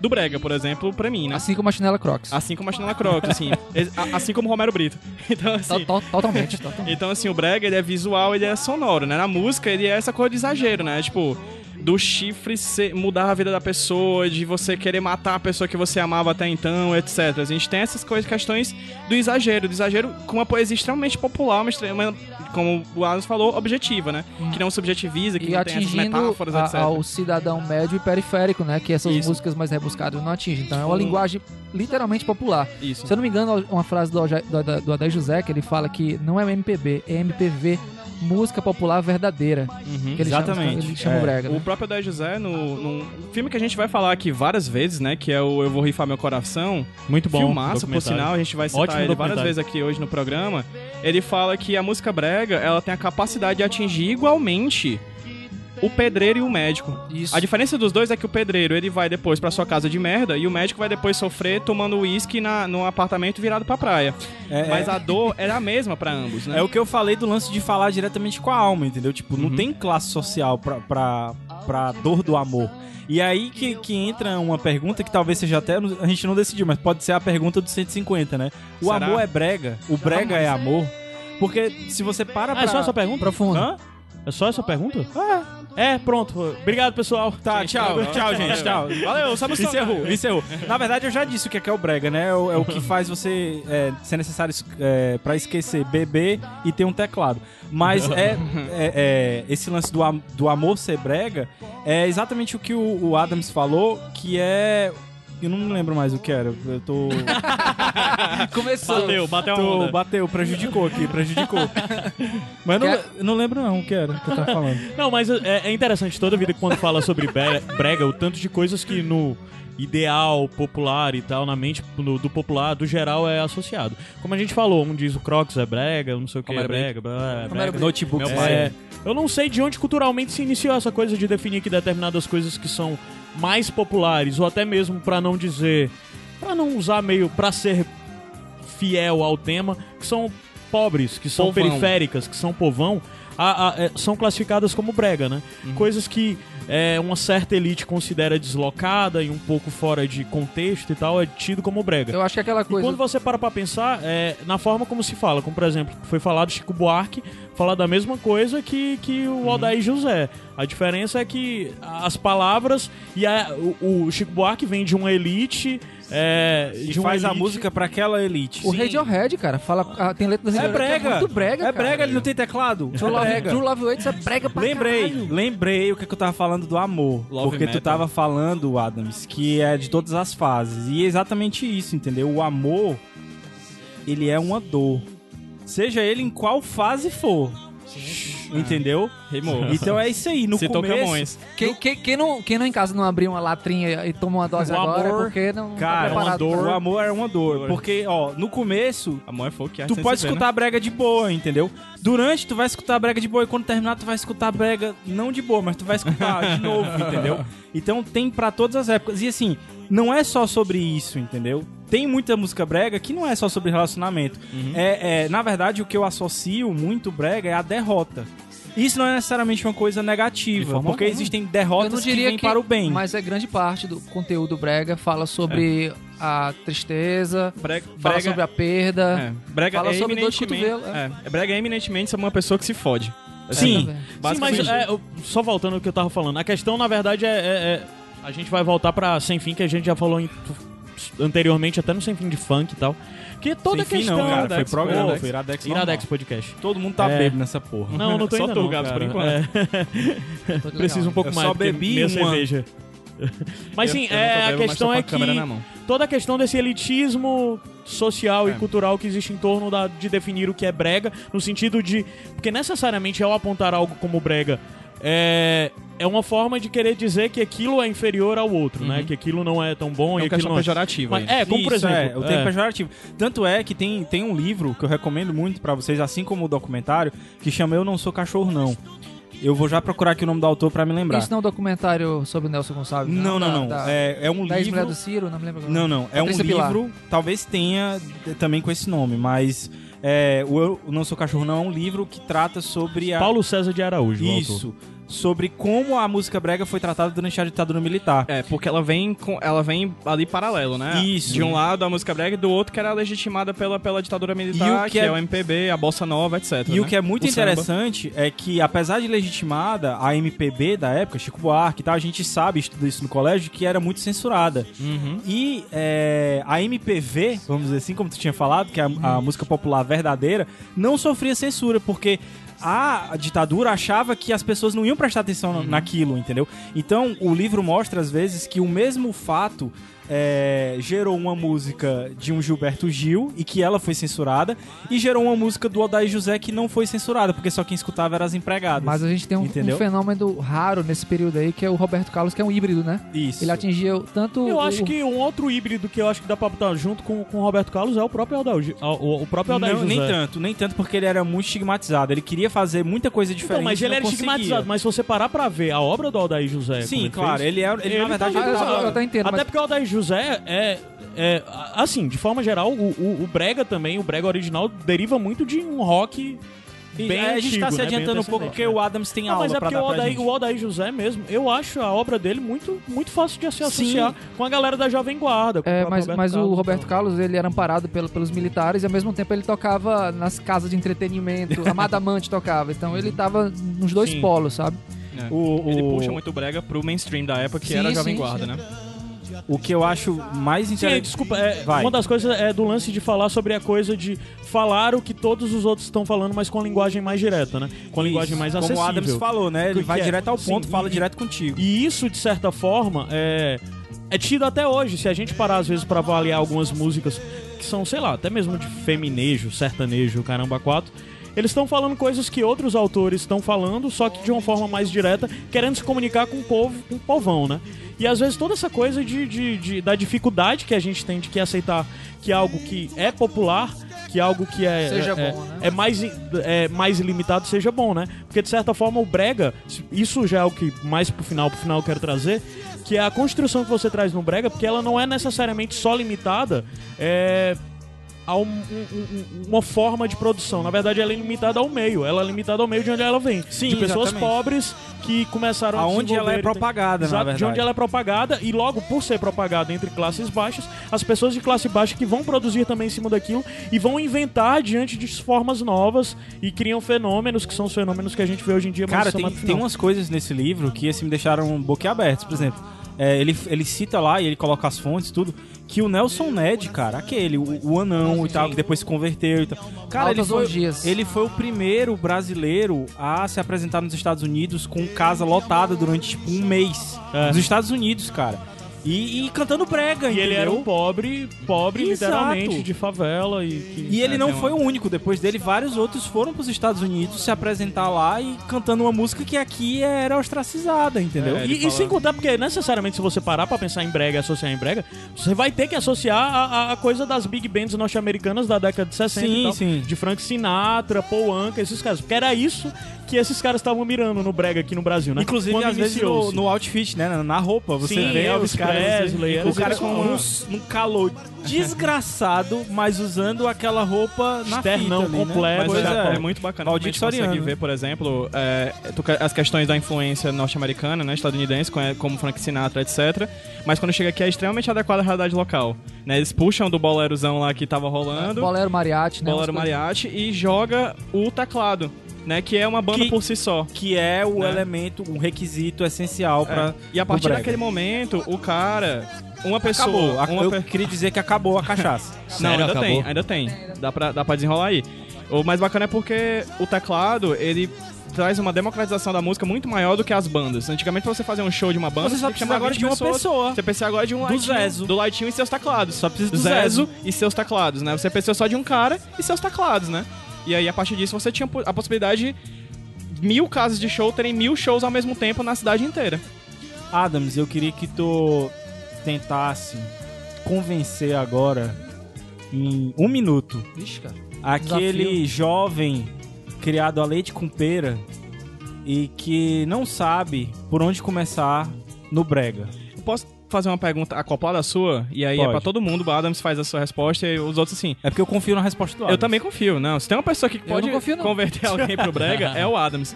[SPEAKER 5] do Brega, por exemplo, pra mim, né?
[SPEAKER 4] Assim como a chinela Crocs.
[SPEAKER 5] Assim como a Chinela Crocs, assim. Ex- a- Assim como o Romero Brito. Então, assim...
[SPEAKER 4] To- to- Totalmente, totalmente.
[SPEAKER 5] Então, assim, o brega, ele é visual, ele é sonoro, né? Na música, ele é essa coisa de exagero, né? Tipo, do chifre ser- mudar a vida da pessoa, de você querer matar a pessoa que você amava até então, etc. A gente tem essas coisas, questões do exagero, do exagero com uma poesia extremamente popular, uma extrema- como o Alas falou, objetiva, né? Que não subjetiviza, que
[SPEAKER 4] E
[SPEAKER 5] não tem essas
[SPEAKER 4] atingindo
[SPEAKER 5] metáforas,
[SPEAKER 4] a-
[SPEAKER 5] etc.
[SPEAKER 4] ao cidadão médio e periférico, né? Que essas
[SPEAKER 5] Isso.
[SPEAKER 4] músicas mais rebuscadas não atingem. Então é uma
[SPEAKER 5] Hum.
[SPEAKER 4] linguagem literalmente popular.
[SPEAKER 5] Isso.
[SPEAKER 4] Se eu não me engano, uma frase do, Alja- do, do Adair José, que ele fala que não é MPB, é MPV, música popular verdadeira.
[SPEAKER 5] Uhum.
[SPEAKER 4] Que ele
[SPEAKER 2] Exatamente,
[SPEAKER 4] Chama, ele chama
[SPEAKER 2] é.
[SPEAKER 4] o brega.
[SPEAKER 5] O
[SPEAKER 4] né?
[SPEAKER 5] próprio Adair José, no, num filme que a gente vai falar aqui várias vezes, né? Que é o Eu Vou Rifar Meu Coração.
[SPEAKER 3] Muito bom.
[SPEAKER 5] Filmaço, por
[SPEAKER 3] documentário.
[SPEAKER 5] sinal, a gente vai citar
[SPEAKER 3] Ótimo
[SPEAKER 5] ele várias
[SPEAKER 3] documentário.
[SPEAKER 5] vezes aqui hoje no programa. Ele fala que a música brega, ela tem a capacidade de atingir igualmente o pedreiro e o médico.
[SPEAKER 4] Isso.
[SPEAKER 5] A diferença dos dois é que o pedreiro, ele vai depois pra sua casa de merda e o médico vai depois sofrer tomando uísque na- num apartamento virado pra praia.
[SPEAKER 2] É,
[SPEAKER 5] Mas
[SPEAKER 2] é-
[SPEAKER 5] a dor é a mesma pra ambos, né?
[SPEAKER 2] é o que eu falei do lance de falar diretamente com a alma, entendeu? Tipo, não tem classe social pra, pra, pra dor do amor. E aí que, que entra uma pergunta que talvez seja até. A gente não decidiu, mas pode ser a pergunta do 150, né? O
[SPEAKER 5] Será?
[SPEAKER 2] amor é brega? O brega é amor? Porque se você para
[SPEAKER 3] Ah,
[SPEAKER 2] pra.
[SPEAKER 3] é só essa pergunta?
[SPEAKER 4] Profundo.
[SPEAKER 2] Hã?
[SPEAKER 3] É só essa pergunta? É, pronto. Obrigado, pessoal.
[SPEAKER 2] Tá, tchau, tchau, gente, tchau.
[SPEAKER 5] Valeu, sabe o seu-
[SPEAKER 2] Encerrou, encerrou. Na verdade, eu já disse o que é, que é o brega, né? É o, é o que faz você é, ser necessário es- é, pra esquecer beber e ter um teclado. Mas é, é- é, esse lance do, am- do amor ser brega é exatamente o que o, o Adams falou, que é... Eu não lembro mais o que era, eu tô...
[SPEAKER 4] Começou.
[SPEAKER 3] Valeu, bateu a
[SPEAKER 2] tô
[SPEAKER 3] onda.
[SPEAKER 2] bateu, prejudicou aqui, prejudicou. Mas eu não, eu não lembro não o que era que eu tava falando.
[SPEAKER 3] Não, mas é, é interessante toda vida que quando fala sobre bre- brega, o tanto de coisas que no ideal popular e tal, na mente no- do popular, do geral, é associado. Como a gente falou, um diz o Crocs é brega, um não sei o que é
[SPEAKER 5] Romero
[SPEAKER 3] brega, blá, blá, blá, brega.
[SPEAKER 2] Notebook.
[SPEAKER 5] Meu pai.
[SPEAKER 3] É, eu não sei de onde culturalmente se iniciou essa coisa de definir que determinadas coisas que são mais populares, ou até mesmo pra não dizer, Pra não usar meio pra ser fiel ao tema, que são pobres, que são
[SPEAKER 5] Povão.
[SPEAKER 3] periféricas, que são povão, a- a- é, são classificadas como brega, né?
[SPEAKER 5] Uhum.
[SPEAKER 3] Coisas que é, uma certa elite considera deslocada e um pouco fora de contexto e tal, é tido como brega.
[SPEAKER 4] Eu acho que é aquela
[SPEAKER 3] E
[SPEAKER 4] coisa.
[SPEAKER 3] quando você para pra pensar, é, na forma como se fala, como por exemplo, foi falado Chico Buarque, falar da mesma coisa que, que o
[SPEAKER 2] Uhum.
[SPEAKER 3] Aldair José. A diferença é que as palavras e a- o, o Chico Buarque vem de uma elite. É,
[SPEAKER 2] E
[SPEAKER 3] de uma
[SPEAKER 2] faz a
[SPEAKER 3] elite-
[SPEAKER 2] música pra aquela elite.
[SPEAKER 4] O Radiohead, cara, fala, ah, tem letra do
[SPEAKER 2] É
[SPEAKER 4] Radiohead. que
[SPEAKER 2] brega.
[SPEAKER 4] muito brega,
[SPEAKER 2] É
[SPEAKER 4] cara.
[SPEAKER 2] brega, ele não tem teclado.
[SPEAKER 4] True Love, True Love Waits é brega pra
[SPEAKER 2] Lembrei,
[SPEAKER 4] caralho.
[SPEAKER 2] lembrei o que, que eu tava falando do amor.
[SPEAKER 5] Love
[SPEAKER 2] porque tu
[SPEAKER 5] metal.
[SPEAKER 2] tava falando, Adams, que é de todas as fases. E é exatamente isso, entendeu? O amor, ele é uma dor. Seja ele em qual fase for. Entendeu?
[SPEAKER 5] Ah. Rimou.
[SPEAKER 2] Então é isso aí. No
[SPEAKER 5] Citou
[SPEAKER 2] começo,
[SPEAKER 5] Camões.
[SPEAKER 4] Quem, quem, quem não, quem não em casa não abriu uma latrinha e tomou uma dose
[SPEAKER 2] O
[SPEAKER 4] agora
[SPEAKER 2] amor,
[SPEAKER 4] é porque não
[SPEAKER 2] cara, uma
[SPEAKER 4] tá preparado.
[SPEAKER 2] dor, o amor é uma dor.
[SPEAKER 5] Dor.
[SPEAKER 2] Porque, ó, no começo,
[SPEAKER 5] A mão é fogo que
[SPEAKER 2] tu pode escutar a brega de boa, entendeu? Durante, tu vai escutar a brega de boa e quando terminar, tu vai escutar a brega não de boa, mas tu vai escutar de novo, entendeu? Então tem pra todas as épocas. E assim, não é só sobre isso, entendeu? Tem muita música brega que não é só sobre relacionamento.
[SPEAKER 5] Uhum.
[SPEAKER 2] É, é, na verdade, o que eu associo muito brega é a derrota. Isso não é necessariamente uma coisa negativa, porque existem
[SPEAKER 4] Eu não
[SPEAKER 2] derrotas que
[SPEAKER 4] diria
[SPEAKER 2] vêm para o bem.
[SPEAKER 4] Mas é grande parte do conteúdo brega fala
[SPEAKER 2] É.
[SPEAKER 4] sobre a tristeza,
[SPEAKER 5] Brega,
[SPEAKER 4] fala
[SPEAKER 5] brega-
[SPEAKER 4] sobre a perda.
[SPEAKER 5] é, brega
[SPEAKER 4] fala
[SPEAKER 5] é
[SPEAKER 4] sobre dor de
[SPEAKER 5] eminentemente-
[SPEAKER 4] cotovelo,
[SPEAKER 5] É. é, brega é eminentemente sobre uma pessoa que se fode. Assim,
[SPEAKER 2] Sim.
[SPEAKER 4] também.
[SPEAKER 3] Sim, mas
[SPEAKER 5] Basicamente.
[SPEAKER 3] é, eu- só voltando ao que eu tava falando. A questão, na verdade, é. é- é- a gente vai voltar pra Sem Fim, que a gente já falou em- anteriormente, até no Sem Fim de Funk e tal. Que
[SPEAKER 2] Sem
[SPEAKER 3] toda
[SPEAKER 2] Fim
[SPEAKER 3] questão.
[SPEAKER 2] não, cara, foi
[SPEAKER 5] Iradex,
[SPEAKER 2] programa, né?
[SPEAKER 5] Iradex.
[SPEAKER 2] foi Iradex, normal.
[SPEAKER 3] Iradex Podcast.
[SPEAKER 2] Todo mundo tá
[SPEAKER 3] É.
[SPEAKER 2] bêbado nessa porra.
[SPEAKER 3] Não, não tô
[SPEAKER 5] Só
[SPEAKER 3] ainda
[SPEAKER 5] tu,
[SPEAKER 3] não,
[SPEAKER 5] Gabs,
[SPEAKER 3] cara. É.
[SPEAKER 5] por enquanto.
[SPEAKER 2] É.
[SPEAKER 4] Tô legal.
[SPEAKER 3] Preciso um pouco
[SPEAKER 2] Eu
[SPEAKER 3] mais
[SPEAKER 2] só
[SPEAKER 3] porque
[SPEAKER 2] bebi
[SPEAKER 3] minha
[SPEAKER 2] uma.
[SPEAKER 3] cerveja. Mas sim,
[SPEAKER 5] Eu- eu não tô
[SPEAKER 3] é, a
[SPEAKER 5] bêbado, mas tô
[SPEAKER 3] questão
[SPEAKER 5] com a
[SPEAKER 3] é que
[SPEAKER 5] câmera na mão.
[SPEAKER 3] toda a questão desse elitismo social
[SPEAKER 5] É.
[SPEAKER 3] e cultural que existe em torno da- de definir o que é brega, no sentido de. Porque necessariamente ao apontar algo como brega. É, é uma forma de querer dizer que aquilo é inferior ao outro, né? Que aquilo não é tão bom
[SPEAKER 5] É
[SPEAKER 3] e
[SPEAKER 5] uma
[SPEAKER 3] aquilo
[SPEAKER 5] questão
[SPEAKER 3] não é.
[SPEAKER 5] pejorativa.
[SPEAKER 3] Mas-
[SPEAKER 5] aí.
[SPEAKER 3] é, como por
[SPEAKER 2] Isso,
[SPEAKER 3] exemplo.
[SPEAKER 2] É, o termo
[SPEAKER 3] é.
[SPEAKER 2] pejorativo. Tanto é que tem, tem um livro que eu recomendo muito pra vocês, assim como o documentário, que chama Eu Não Sou Cachorro Não. Eu vou já procurar aqui o nome do autor pra me lembrar.
[SPEAKER 4] Isso não é um documentário sobre o Nelson Gonçalves.
[SPEAKER 2] não, não,
[SPEAKER 4] Da-
[SPEAKER 2] não.
[SPEAKER 4] da-
[SPEAKER 2] É, é um
[SPEAKER 4] da ex-mulher do
[SPEAKER 2] livro.
[SPEAKER 4] Ciro, não me lembro agora.
[SPEAKER 2] Não, não. É um
[SPEAKER 4] Patrícia Pilar.
[SPEAKER 2] livro, talvez tenha eh, também com esse nome, mas é, o Eu Não Sou Cachorro Não é um livro que trata sobre a.
[SPEAKER 3] Paulo César de Araújo. o autor.
[SPEAKER 2] Isso. Sobre como a música brega foi tratada durante a ditadura militar.
[SPEAKER 5] É, porque ela vem, com, ela vem ali paralelo, né?
[SPEAKER 2] Isso.
[SPEAKER 5] De um lado a música brega e do outro que era legitimada pela, pela ditadura
[SPEAKER 2] E o
[SPEAKER 5] militar,
[SPEAKER 2] que
[SPEAKER 5] que,
[SPEAKER 2] é-
[SPEAKER 5] é... o MPB, a bossa nova, etc.
[SPEAKER 2] E
[SPEAKER 5] né?
[SPEAKER 2] o que é muito
[SPEAKER 5] O samba.
[SPEAKER 2] interessante é que, apesar de legitimada, a MPB da época, Chico Buarque e tal, a gente sabe, estuda isso no colégio, que era muito censurada.
[SPEAKER 5] Uhum.
[SPEAKER 2] E é, a MPV, vamos dizer assim, como tu tinha falado, que é a,
[SPEAKER 5] Uhum.
[SPEAKER 2] a música popular verdadeira, não sofria censura, porque a ditadura achava que as pessoas não iam prestar atenção
[SPEAKER 5] Uhum.
[SPEAKER 2] na- naquilo, entendeu? Então, o livro mostra, às vezes, que o mesmo fato é, gerou uma música de um Gilberto Gil e que ela foi censurada, e gerou uma música do Odair José que não foi censurada, porque só quem escutava eram as empregadas.
[SPEAKER 4] Mas a gente tem um,
[SPEAKER 2] Entendeu?
[SPEAKER 4] um fenômeno raro nesse período aí, que é o Roberto Carlos, que é um híbrido, né?
[SPEAKER 2] Isso.
[SPEAKER 4] Ele atingiu tanto.
[SPEAKER 3] Eu
[SPEAKER 4] o- Ah,
[SPEAKER 3] acho que um outro híbrido que eu acho que dá pra botar junto com, com o Roberto Carlos é o próprio Aldair, o, o próprio Aldair
[SPEAKER 2] Não,
[SPEAKER 3] José.
[SPEAKER 2] nem tanto, nem tanto porque ele era muito estigmatizado. Ele queria fazer muita coisa diferente.
[SPEAKER 3] Então, mas ele
[SPEAKER 2] não
[SPEAKER 3] era
[SPEAKER 2] conseguia.
[SPEAKER 3] estigmatizado. Mas se você parar pra ver a obra do Aldair José... como
[SPEAKER 2] Sim, claro,
[SPEAKER 3] fez,
[SPEAKER 2] ele é. Ele,
[SPEAKER 3] ele
[SPEAKER 2] na verdade
[SPEAKER 3] tá
[SPEAKER 4] Ah, eu,
[SPEAKER 2] ele
[SPEAKER 4] só-
[SPEAKER 2] tava- né,
[SPEAKER 4] eu tô entendendo,
[SPEAKER 3] Até
[SPEAKER 4] mas
[SPEAKER 3] porque o Aldair José é... é, a- assim, de forma geral, o, o- o brega também, o brega original, deriva muito de um rock
[SPEAKER 2] E,
[SPEAKER 3] bem
[SPEAKER 2] é, a gente tá
[SPEAKER 3] antigo,
[SPEAKER 2] se
[SPEAKER 3] né, bem
[SPEAKER 2] adiantando um pouco
[SPEAKER 3] antecedente,
[SPEAKER 2] porque
[SPEAKER 3] né?
[SPEAKER 2] o Adams tem
[SPEAKER 3] Não,
[SPEAKER 2] aula
[SPEAKER 3] mas é
[SPEAKER 2] pra
[SPEAKER 3] porque
[SPEAKER 2] dar
[SPEAKER 3] o
[SPEAKER 2] pra
[SPEAKER 3] Aldair,
[SPEAKER 2] gente.
[SPEAKER 3] o Aldair José mesmo, eu acho a obra dele muito, muito fácil de se associar com a galera da Jovem Guarda. com o
[SPEAKER 4] É,
[SPEAKER 3] próprio
[SPEAKER 4] mas, mas o
[SPEAKER 3] Carlos.
[SPEAKER 4] Roberto Carlos, ele era amparado pelo- pelos militares e ao mesmo tempo ele tocava nas casas de entretenimento, a Madamante tocava. Então
[SPEAKER 2] Uhum.
[SPEAKER 4] ele tava nos dois
[SPEAKER 3] Sim.
[SPEAKER 4] polos, sabe?
[SPEAKER 5] É.
[SPEAKER 2] O-
[SPEAKER 5] Ele
[SPEAKER 2] o-
[SPEAKER 5] puxa muito brega pro mainstream da época, que
[SPEAKER 4] Sim,
[SPEAKER 5] era a Jovem
[SPEAKER 4] sim,
[SPEAKER 5] Guarda,
[SPEAKER 4] sim.
[SPEAKER 5] né?
[SPEAKER 2] O que eu acho mais
[SPEAKER 3] Sim, é,
[SPEAKER 2] interessante.
[SPEAKER 3] desculpa, é,
[SPEAKER 2] Vai.
[SPEAKER 3] uma das coisas é do lance de falar sobre a coisa de falar o que todos os outros estão falando, mas com a linguagem mais direta, né? Com a linguagem mais
[SPEAKER 2] Como
[SPEAKER 3] acessível.
[SPEAKER 2] o Adams falou, né? Ele
[SPEAKER 3] Que
[SPEAKER 2] vai
[SPEAKER 3] é-
[SPEAKER 2] direto ao
[SPEAKER 3] sim,
[SPEAKER 2] ponto,
[SPEAKER 3] e-
[SPEAKER 2] fala
[SPEAKER 3] e-
[SPEAKER 2] direto contigo.
[SPEAKER 3] E isso, de certa forma, é, é tido até hoje. Se a gente parar, às vezes, pra avaliar algumas músicas que são, sei lá, até mesmo de feminejo, sertanejo, caramba, quatro. Eles estão falando coisas que outros autores estão falando, só que de uma forma mais direta, querendo se comunicar com o povo, com o povão, né? E às vezes toda essa coisa de, de- de- da dificuldade que a gente tem de que aceitar que algo que é popular, que algo que é, é-
[SPEAKER 4] Seja
[SPEAKER 3] é-
[SPEAKER 4] bom, né?
[SPEAKER 3] é mais, é, mais limitado seja bom, né? Porque de certa forma o brega, isso já é o que mais pro final, pro final eu quero trazer, que é a construção que você traz no brega, porque ela não é necessariamente só limitada é, a um- um- um- uma forma de produção. Na verdade, ela é limitada ao meio, ela é limitada ao meio de onde ela vem.
[SPEAKER 2] Sim,
[SPEAKER 3] de pessoas
[SPEAKER 2] exatamente.
[SPEAKER 3] pobres que começaram a
[SPEAKER 2] Aonde ela é
[SPEAKER 3] desenvolver-
[SPEAKER 2] propagada, na
[SPEAKER 3] Exato,
[SPEAKER 2] verdade.
[SPEAKER 3] de onde ela é propagada e logo por ser propagada entre classes baixas, as pessoas de classe baixa que vão produzir também em cima daquilo e vão inventar diante de formas novas e criam fenômenos que são os fenômenos que a gente vê hoje em dia. mas
[SPEAKER 2] Cara,
[SPEAKER 3] são
[SPEAKER 2] tem,
[SPEAKER 3] mais pro
[SPEAKER 2] tem
[SPEAKER 3] final.
[SPEAKER 2] umas coisas nesse livro que assim, me deixaram boquiabertos, por exemplo. é, ele, ele cita lá e ele coloca as fontes tudo. Que o Nelson Ned, cara, aquele, o, o anão e tal, que depois se converteu e tal. Cara, ele
[SPEAKER 4] Altas
[SPEAKER 2] foi,
[SPEAKER 4] orgias.
[SPEAKER 2] ele foi o primeiro brasileiro a se apresentar nos Estados Unidos com casa lotada durante tipo um mês.
[SPEAKER 3] É.
[SPEAKER 2] Nos Estados Unidos, cara. E, e cantando brega,
[SPEAKER 3] E ele era um
[SPEAKER 2] entendeu?
[SPEAKER 3] pobre, pobre
[SPEAKER 2] Exato.
[SPEAKER 3] literalmente, de favela e que...
[SPEAKER 2] E ele
[SPEAKER 5] É,
[SPEAKER 2] não
[SPEAKER 5] tem um-
[SPEAKER 2] foi o único. Depois dele, vários outros foram pros Estados Unidos se apresentar lá e cantando uma música que aqui era ostracizada, entendeu?
[SPEAKER 5] É,
[SPEAKER 3] E-
[SPEAKER 5] ele
[SPEAKER 3] e,
[SPEAKER 5] fala-
[SPEAKER 3] sem contar, porque necessariamente se você parar pra pensar em brega e associar em brega, você vai ter que associar a, a- a coisa das big bands norte-americanas da década de 60 e
[SPEAKER 2] Sim,
[SPEAKER 3] tal,
[SPEAKER 2] sim.
[SPEAKER 3] de Frank Sinatra, Paul Anka, esses caras. Porque era isso que esses caras estavam mirando no brega aqui no Brasil, né?
[SPEAKER 2] Inclusive,
[SPEAKER 3] Quando
[SPEAKER 2] às vezes, no,
[SPEAKER 3] iniciou-se.
[SPEAKER 2] no outfit, né? Na, na roupa, você
[SPEAKER 3] Sim,
[SPEAKER 2] vê
[SPEAKER 3] Elvis
[SPEAKER 2] os caras...
[SPEAKER 3] Presley,
[SPEAKER 2] o
[SPEAKER 3] Elvis
[SPEAKER 2] cara com
[SPEAKER 3] Presley.
[SPEAKER 2] um, s- um calor desgraçado, mas usando aquela roupa na
[SPEAKER 3] Externão
[SPEAKER 2] fita ali, né?
[SPEAKER 3] completo,
[SPEAKER 2] Pois
[SPEAKER 3] né?
[SPEAKER 2] é.
[SPEAKER 5] É muito bacana.
[SPEAKER 2] Valdir
[SPEAKER 5] Como a gente consegue
[SPEAKER 2] Soriano.
[SPEAKER 5] ver, por exemplo, é, tu ca- as questões da influência norte-americana, né, estadunidense, com- como Frank Sinatra, etc. Mas quando chega aqui é extremamente adequado à realidade local. Né? Eles puxam do bolerozão lá que tava rolando,
[SPEAKER 4] Bolero mariachi, né?
[SPEAKER 5] bolero
[SPEAKER 4] umas coisas-
[SPEAKER 5] mariachi, e joga o teclado, né, que é uma banda
[SPEAKER 2] Que-
[SPEAKER 5] por si só.
[SPEAKER 2] Que é o
[SPEAKER 5] Né?
[SPEAKER 2] elemento, um requisito essencial pra...
[SPEAKER 5] É. E a
[SPEAKER 2] pro
[SPEAKER 5] partir
[SPEAKER 2] brega.
[SPEAKER 5] daquele momento, o cara, uma pessoa,
[SPEAKER 2] Acabou. A-
[SPEAKER 5] uma
[SPEAKER 2] eu
[SPEAKER 5] pe-
[SPEAKER 2] queria dizer que acabou a cachaça.
[SPEAKER 5] Não,
[SPEAKER 7] Sério,
[SPEAKER 5] ainda
[SPEAKER 7] acabou?
[SPEAKER 5] tem, ainda tem. Dá pra, dá pra desenrolar aí. O mais bacana é porque o teclado, ele traz uma democratização da música muito maior do que as bandas. Antigamente, pra você fazer um show de uma banda,
[SPEAKER 2] Você só
[SPEAKER 5] tinha que
[SPEAKER 2] precisa
[SPEAKER 5] chamar
[SPEAKER 2] agora
[SPEAKER 5] 20
[SPEAKER 2] de uma
[SPEAKER 5] pessoas.
[SPEAKER 2] pessoa.
[SPEAKER 5] Você precisa agora de um
[SPEAKER 2] Do
[SPEAKER 5] lightinho,
[SPEAKER 2] Zezo.
[SPEAKER 5] Do lightinho e seus teclados. Só precisa
[SPEAKER 2] do
[SPEAKER 5] Zezo,
[SPEAKER 2] Zezo.
[SPEAKER 5] e seus teclados, né? Você precisa só de um cara e seus teclados, né? E aí, a partir disso, você tinha po- a possibilidade de mil casas de show terem mil shows ao mesmo tempo na cidade inteira.
[SPEAKER 2] Adams, eu queria que tu tentasse convencer agora, em um minuto,
[SPEAKER 4] Vixe, cara.
[SPEAKER 2] aquele
[SPEAKER 4] Desafio.
[SPEAKER 2] jovem criado a leite com pera e que não sabe por onde começar no brega.
[SPEAKER 5] Eu posso fazer uma pergunta acoplada à sua? E aí é
[SPEAKER 2] Pode.
[SPEAKER 5] pra todo mundo. O Adams faz a sua resposta e os outros, assim...
[SPEAKER 2] É porque eu confio na resposta do Adams.
[SPEAKER 5] Eu também confio, não. Se tem uma pessoa que
[SPEAKER 4] Eu
[SPEAKER 5] pode
[SPEAKER 4] não confio, não.
[SPEAKER 5] converter alguém pro Brega, é o Adams.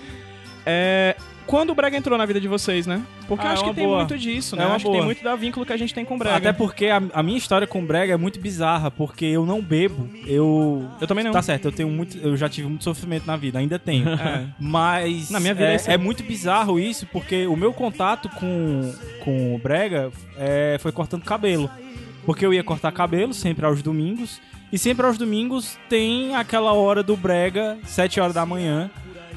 [SPEAKER 5] É, Quando o Brega entrou na vida de vocês, né? Porque
[SPEAKER 2] Ah,
[SPEAKER 5] eu acho
[SPEAKER 2] é
[SPEAKER 5] que
[SPEAKER 2] uma
[SPEAKER 5] tem
[SPEAKER 2] boa.
[SPEAKER 5] muito disso, né?
[SPEAKER 2] É
[SPEAKER 5] eu
[SPEAKER 2] uma
[SPEAKER 5] acho que
[SPEAKER 2] boa.
[SPEAKER 5] tem muito da vínculo que a gente tem com o Brega.
[SPEAKER 2] Até porque a, a minha história com brega é muito bizarra, porque eu não bebo, eu...
[SPEAKER 5] Eu também não.
[SPEAKER 2] Tá certo, eu tenho muito, eu já tive muito sofrimento na vida, ainda tenho.
[SPEAKER 5] É.
[SPEAKER 2] Mas
[SPEAKER 5] Na minha vida é
[SPEAKER 2] é,
[SPEAKER 5] isso.
[SPEAKER 2] é muito bizarro isso, porque o meu contato com, com o Brega é, foi cortando cabelo. Porque eu ia cortar cabelo sempre aos domingos. E sempre aos domingos tem aquela hora do Brega, 7 horas da manhã.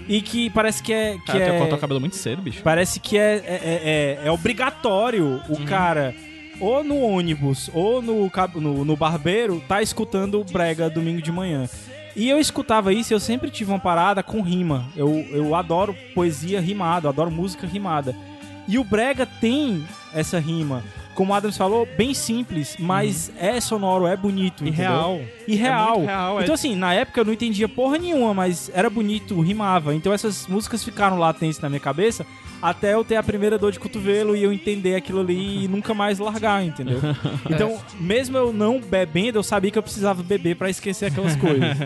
[SPEAKER 2] E que parece que é. Que
[SPEAKER 5] Cara, tu ia
[SPEAKER 2] é-
[SPEAKER 5] cortar o cabelo muito cedo, bicho.
[SPEAKER 2] Parece que é, é, é- é obrigatório o
[SPEAKER 5] Uhum.
[SPEAKER 2] cara, ou no ônibus, ou no, cab- no, no barbeiro, tá escutando o brega domingo de manhã. E eu escutava isso e eu sempre tive uma parada com rima. Eu, eu adoro poesia rimada, eu adoro música rimada. E o brega tem essa rima. Como o Adams falou, bem simples, mas é sonoro, é bonito,
[SPEAKER 5] Uhum. E
[SPEAKER 2] entendeu?
[SPEAKER 5] real.
[SPEAKER 2] E real.
[SPEAKER 5] muito real, é.
[SPEAKER 2] Então, assim, na época eu não entendia porra nenhuma, mas era bonito, rimava. Então essas músicas ficaram latentes na minha cabeça até eu ter a primeira dor de cotovelo e eu entender aquilo ali e nunca mais largar, entendeu?
[SPEAKER 4] É.
[SPEAKER 2] Então, mesmo eu não bebendo, eu sabia que eu precisava beber pra esquecer aquelas coisas.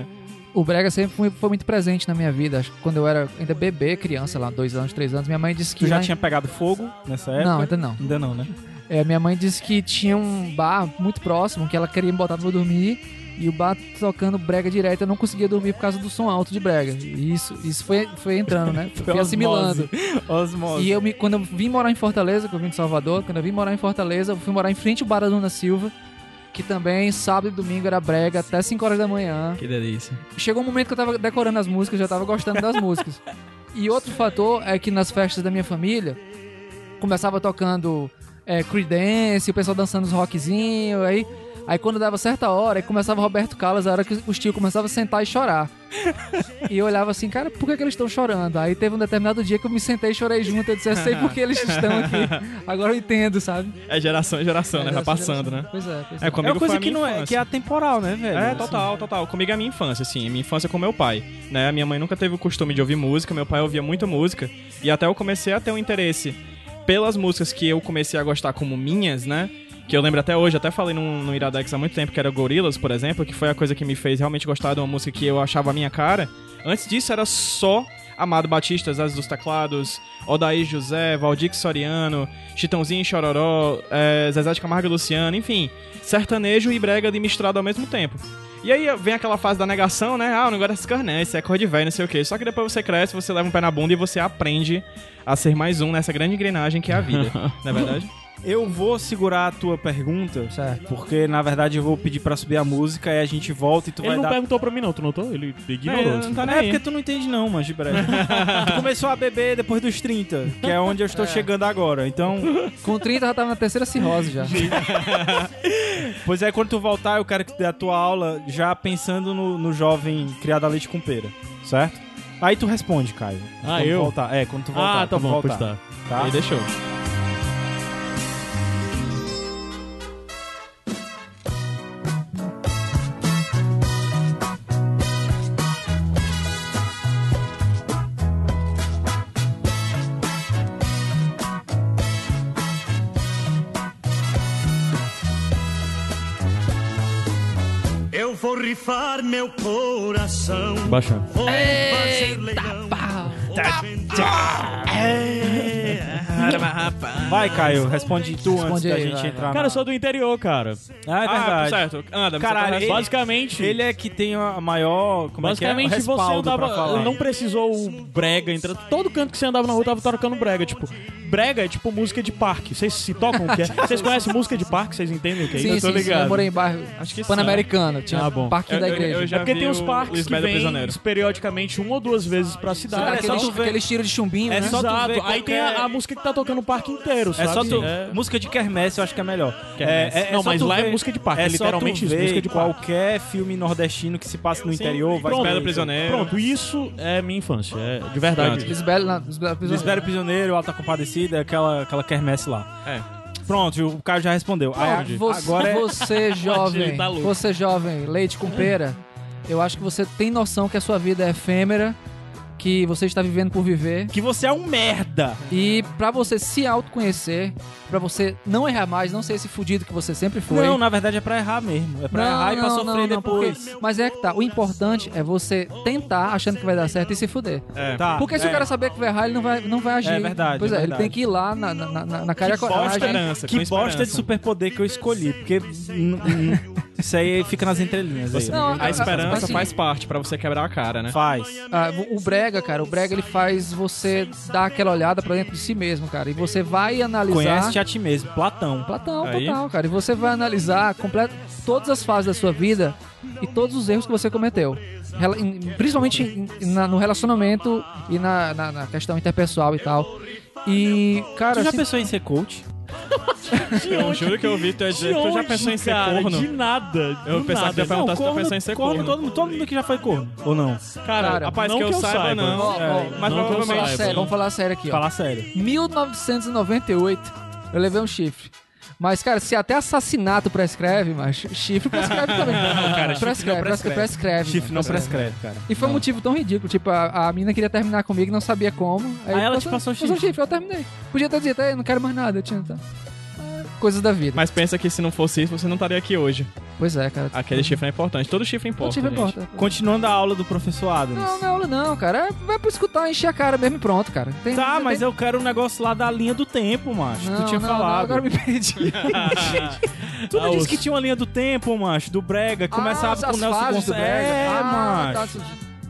[SPEAKER 4] O brega sempre foi, foi muito presente na minha vida. Acho que quando eu era ainda bebê, criança lá, dois anos, três anos, minha mãe disse que...
[SPEAKER 2] tu já
[SPEAKER 4] lá em-
[SPEAKER 2] tinha pegado fogo nessa época?
[SPEAKER 4] Não, ainda não.
[SPEAKER 2] Ainda não, né?
[SPEAKER 4] É, minha mãe disse que tinha um bar muito próximo que ela queria me botar pra eu dormir e o bar tocando brega direto, eu não conseguia dormir por causa do som alto de brega. E isso, isso foi, foi entrando, né? fui assimilando.
[SPEAKER 2] Osmose.
[SPEAKER 4] E eu me, quando eu vim morar em Fortaleza, que eu vim de Salvador, quando eu vim morar em Fortaleza, eu fui morar em frente ao Bar da Dona Silva, que também sábado e domingo era brega até 5 horas da manhã.
[SPEAKER 5] Que delícia.
[SPEAKER 4] Chegou um momento que eu tava decorando as músicas, já tava gostando das músicas. E outro fator é que nas festas da minha família, começava tocando é, Creedence, o pessoal dançando os rockzinhos, aí... Aí quando dava certa hora, aí começava Roberto Carlos, a hora que os tios começavam a sentar e chorar. E eu olhava assim, cara, por que, que eles estão chorando? Aí teve um determinado dia que eu me sentei e chorei junto, eu disse, eu sei por que eles estão aqui. Agora eu entendo, sabe?
[SPEAKER 2] Então-
[SPEAKER 5] É geração, é geração, né?
[SPEAKER 4] Aí,
[SPEAKER 5] Vai
[SPEAKER 4] dessa
[SPEAKER 5] passando,
[SPEAKER 4] geração.
[SPEAKER 5] né?
[SPEAKER 4] Pois é, pois
[SPEAKER 5] É,
[SPEAKER 4] é.
[SPEAKER 2] É
[SPEAKER 5] comigo
[SPEAKER 2] uma coisa
[SPEAKER 5] foi a
[SPEAKER 2] que,
[SPEAKER 5] minha
[SPEAKER 2] não é, que é
[SPEAKER 5] infância.
[SPEAKER 2] atemporal, né, velho?
[SPEAKER 5] É, total, total. Comigo é a minha infância, assim. A minha infância com meu pai. Né? A minha mãe nunca teve o costume de ouvir música, meu pai ouvia muita música. E até eu comecei a ter um interesse pelas músicas que eu comecei a gostar como minhas, né? Que eu lembro até hoje, até falei num, num Iradex há muito tempo, que era Gorillaz, por exemplo, que foi a coisa que me fez realmente gostar de uma música que eu achava a minha cara. Antes disso era só Amado Batista, Zaz dos Teclados, Odair José, Valdir Soriano, Chitãozinho e Chororó, é, Zezé de Camargo e Luciano, enfim, sertanejo e brega ali misturado ao mesmo tempo. E aí vem aquela fase da negação, né? Ah, eu não gosto desses caras, né? Isso é cor de velho, não sei o quê. Só que depois você cresce, você leva um pé na bunda e você aprende a ser mais um nessa grande engrenagem que é a vida, não é verdade?
[SPEAKER 2] Assim, Eu vou segurar a tua pergunta,
[SPEAKER 4] Certo.
[SPEAKER 2] porque na verdade eu vou pedir pra subir a música e a gente volta e tu
[SPEAKER 3] Ele
[SPEAKER 2] vai
[SPEAKER 3] não
[SPEAKER 2] dar.
[SPEAKER 3] perguntou pra mim, não, tu notou? Ele ignorou.
[SPEAKER 5] É,
[SPEAKER 3] assim.
[SPEAKER 5] não tá nem
[SPEAKER 2] É
[SPEAKER 5] aí.
[SPEAKER 2] porque tu não entende não, mas de breve. tu começou a beber depois dos 30, que é onde eu estou chegando agora. Então,
[SPEAKER 4] Com 30 eu já tava na terceira cirrose já.
[SPEAKER 2] pois é, quando tu voltar, eu quero que tu dê a tua aula já pensando no, no jovem criado a leite com pera, certo? Aí tu responde, Caio.
[SPEAKER 3] Ah,
[SPEAKER 2] Quando
[SPEAKER 3] eu?
[SPEAKER 2] Voltar. É, quando tu voltar.
[SPEAKER 3] Ah, tá
[SPEAKER 2] quando
[SPEAKER 3] bom,
[SPEAKER 2] voltar,
[SPEAKER 3] pois tá.
[SPEAKER 2] tá?
[SPEAKER 5] Aí deixou.
[SPEAKER 1] Eu vou rifar meu coração.
[SPEAKER 3] Baixar.
[SPEAKER 1] Vou fazer leilão. Tá, tá.
[SPEAKER 2] Vai, Caio, responde tu antes
[SPEAKER 4] Responde
[SPEAKER 2] da
[SPEAKER 4] aí,
[SPEAKER 2] gente
[SPEAKER 4] vai, vai.
[SPEAKER 2] entrar na...
[SPEAKER 3] Cara, tá eu sou do interior, cara.
[SPEAKER 2] Ah, é
[SPEAKER 5] Ah,
[SPEAKER 2] verdade.
[SPEAKER 5] certo. Anda,
[SPEAKER 2] Caralho,
[SPEAKER 5] você tá na-
[SPEAKER 3] Basicamente.
[SPEAKER 2] Ele é que tem a maior. Como
[SPEAKER 3] Basicamente,
[SPEAKER 2] é que é? O
[SPEAKER 3] você
[SPEAKER 2] respaldo pra falar.
[SPEAKER 3] andava. Não precisou o brega entra Todo canto que você andava na rua tava tocando brega. Tipo, brega é tipo música de parque. Vocês se tocam o que é? Vocês conhecem música de parque? Vocês entendem o que é?
[SPEAKER 4] Sim,
[SPEAKER 3] isso?
[SPEAKER 4] sim, sim, eu morei em bairro
[SPEAKER 5] Acho que sim.
[SPEAKER 4] pan-americano. Tinha
[SPEAKER 3] Ah, bom.
[SPEAKER 4] parque
[SPEAKER 5] Eu-
[SPEAKER 4] da
[SPEAKER 5] eu-
[SPEAKER 4] igreja.
[SPEAKER 5] eu já-
[SPEAKER 3] É porque
[SPEAKER 5] vi
[SPEAKER 3] tem os
[SPEAKER 5] o
[SPEAKER 3] parques que
[SPEAKER 5] Lisboa do
[SPEAKER 3] vêm
[SPEAKER 5] Prisioneiro.
[SPEAKER 3] periodicamente uma ou duas vezes pra cidade.
[SPEAKER 4] Cara,
[SPEAKER 2] é só
[SPEAKER 4] aqueles,
[SPEAKER 2] tu ver-
[SPEAKER 4] aqueles tiros de chumbinho,
[SPEAKER 2] É
[SPEAKER 4] né?
[SPEAKER 2] só tu
[SPEAKER 3] Exato.
[SPEAKER 2] ver
[SPEAKER 3] Aí tem
[SPEAKER 2] qualquer-
[SPEAKER 3] a, a música que tá tocando no parque inteiro,
[SPEAKER 2] É
[SPEAKER 3] sabe?
[SPEAKER 2] só tu.
[SPEAKER 3] É.
[SPEAKER 2] Música de quermesse eu acho que é melhor.
[SPEAKER 3] Quermesse. Não, mas lá é música de parque,
[SPEAKER 2] É
[SPEAKER 3] literalmente
[SPEAKER 2] só tu
[SPEAKER 3] isso,
[SPEAKER 2] ver
[SPEAKER 3] música de
[SPEAKER 2] qualquer filme nordestino que se passe no interior. Vai
[SPEAKER 5] Pronto.
[SPEAKER 2] ver.
[SPEAKER 5] Espera o prisioneiro.
[SPEAKER 3] Pronto, isso é minha infância. É de verdade.
[SPEAKER 5] Pronto.
[SPEAKER 4] Lisbela, na- Lisbela-
[SPEAKER 2] Espera o prisioneiro, alta compadecida, aquela, aquela quermesse lá.
[SPEAKER 5] É.
[SPEAKER 2] Pronto, o Caio já respondeu. Aí,
[SPEAKER 4] Você,
[SPEAKER 2] agora é-
[SPEAKER 4] você jovem,
[SPEAKER 3] Ele tá louco.
[SPEAKER 4] você jovem, leite com pera, eu acho que você tem noção que a sua vida é efêmera, que você está vivendo por viver.
[SPEAKER 2] que você é um merda.
[SPEAKER 4] E pra você se autoconhecer, pra você não errar mais, não ser esse fudido que você sempre foi.
[SPEAKER 2] Não, na verdade é pra errar mesmo. É pra
[SPEAKER 4] Não,
[SPEAKER 2] errar e pra
[SPEAKER 4] não,
[SPEAKER 2] sofrer
[SPEAKER 4] não, não, porque-
[SPEAKER 2] depois.
[SPEAKER 4] mas é que tá, o importante é você tentar achando que vai dar certo e se fuder.
[SPEAKER 2] Tá,
[SPEAKER 4] Porque se
[SPEAKER 2] é.
[SPEAKER 4] o cara saber que vai errar, ele não vai, não vai agir.
[SPEAKER 2] É verdade,
[SPEAKER 4] Pois
[SPEAKER 2] é
[SPEAKER 4] é,
[SPEAKER 2] verdade.
[SPEAKER 4] ele tem que ir lá na, na, na, na cara e a
[SPEAKER 5] bosta,
[SPEAKER 4] coragem.
[SPEAKER 5] né? Esperança,
[SPEAKER 2] que
[SPEAKER 5] com
[SPEAKER 2] bosta de
[SPEAKER 5] esperança.
[SPEAKER 2] superpoder que eu escolhi, porque n- n- isso aí fica nas entrelinhas. Aí.
[SPEAKER 4] Não,
[SPEAKER 5] A esperança
[SPEAKER 4] assim,
[SPEAKER 5] faz parte pra você quebrar a cara, né?
[SPEAKER 2] Faz.
[SPEAKER 4] Ah, o Brega, cara, o Brega ele faz você dar aquela olhada pra dentro de si mesmo, cara. E você vai analisar.
[SPEAKER 2] Conhece-te a ti mesmo, Platão.
[SPEAKER 4] Platão,
[SPEAKER 5] Aí.
[SPEAKER 4] total, cara. E você vai analisar completo todas as fases da sua vida e todos os erros que você cometeu. Rela- em- Principalmente em- na- no relacionamento e na, na- na questão interpessoal e tal. E, cara,
[SPEAKER 2] Tu já
[SPEAKER 4] assim,
[SPEAKER 2] pensou em ser coach?
[SPEAKER 5] Eu juro que eu vi tu ia dizer, tu já pensou em ser
[SPEAKER 3] cara?
[SPEAKER 5] corno?
[SPEAKER 3] De nada. do
[SPEAKER 5] Eu pensava
[SPEAKER 3] nada.
[SPEAKER 5] que ia perguntar se tu
[SPEAKER 2] corno-
[SPEAKER 5] pensou em ser
[SPEAKER 2] corno,
[SPEAKER 5] corno.
[SPEAKER 2] Todo, mundo, todo mundo que já foi corno. Ou não?
[SPEAKER 3] Cara,
[SPEAKER 4] Cara,
[SPEAKER 5] Rapaz,
[SPEAKER 3] não
[SPEAKER 5] que eu, saiba, não.
[SPEAKER 4] ó, ó,
[SPEAKER 2] É,
[SPEAKER 5] Mas
[SPEAKER 3] Não que eu
[SPEAKER 4] vamos
[SPEAKER 5] provavelmente
[SPEAKER 4] falar
[SPEAKER 3] saiba.
[SPEAKER 4] sério, vamos falar sério aqui, ó.
[SPEAKER 2] Falar sério.
[SPEAKER 4] 1998, eu levei um chifre. Mas, cara, se até assassinato prescreve, mas chifre prescreve também. Não, cara, prescreve, prescreve, prescreve.
[SPEAKER 2] Chifre não
[SPEAKER 4] mano,
[SPEAKER 2] prescreve, cara.
[SPEAKER 4] E foi um motivo tão ridículo. Tipo, a, a mina queria terminar comigo, não sabia como. Aí,
[SPEAKER 2] ela te passou o
[SPEAKER 4] passou um
[SPEAKER 2] chifre.
[SPEAKER 4] Eu terminei. Podia ter dito, "Ei, não quero mais nada. Eu tinha, tá. Ah, Coisas da vida.
[SPEAKER 5] Mas pensa que se não fosse isso, você não estaria aqui hoje.
[SPEAKER 4] Pois é, cara.
[SPEAKER 2] Uhum.
[SPEAKER 5] Aquele chifre é importante. Todo chifre
[SPEAKER 4] Não
[SPEAKER 5] importa.
[SPEAKER 4] tive
[SPEAKER 5] gente.
[SPEAKER 4] importa.
[SPEAKER 2] Continuando a aula do professor Adams.
[SPEAKER 4] Não, não, não, cara. É, vai pra escutar, encher a cara mesmo e pronto, cara. Tem,
[SPEAKER 2] Tá,
[SPEAKER 4] não
[SPEAKER 2] mas
[SPEAKER 4] tem...
[SPEAKER 2] eu quero um negócio lá da linha do tempo, macho.
[SPEAKER 4] Não,
[SPEAKER 2] tu tinha
[SPEAKER 4] não,
[SPEAKER 2] falado.
[SPEAKER 4] Não, agora eu me perdi.
[SPEAKER 2] Tu não
[SPEAKER 3] Ah,
[SPEAKER 2] disse
[SPEAKER 3] os-
[SPEAKER 2] que tinha uma linha do tempo, macho, do Brega. que
[SPEAKER 4] Ah,
[SPEAKER 2] Começava
[SPEAKER 4] as-
[SPEAKER 2] com o
[SPEAKER 4] as
[SPEAKER 2] Nelson
[SPEAKER 4] fases do
[SPEAKER 2] Gonçalves.
[SPEAKER 4] Brega.
[SPEAKER 2] É,
[SPEAKER 4] ah,
[SPEAKER 2] macho.
[SPEAKER 4] tá.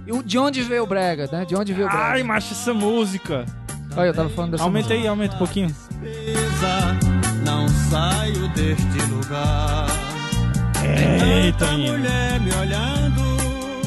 [SPEAKER 4] E o- De onde veio o Brega, né? De onde veio o Brega?
[SPEAKER 2] Ai, macho, essa música.
[SPEAKER 4] Olha, eu tava falando dessa
[SPEAKER 2] Aumenta
[SPEAKER 4] música.
[SPEAKER 2] aí, aumenta um pouquinho.
[SPEAKER 6] Não saio deste lugar.
[SPEAKER 2] Eita, menino.
[SPEAKER 6] Mulher me olhando.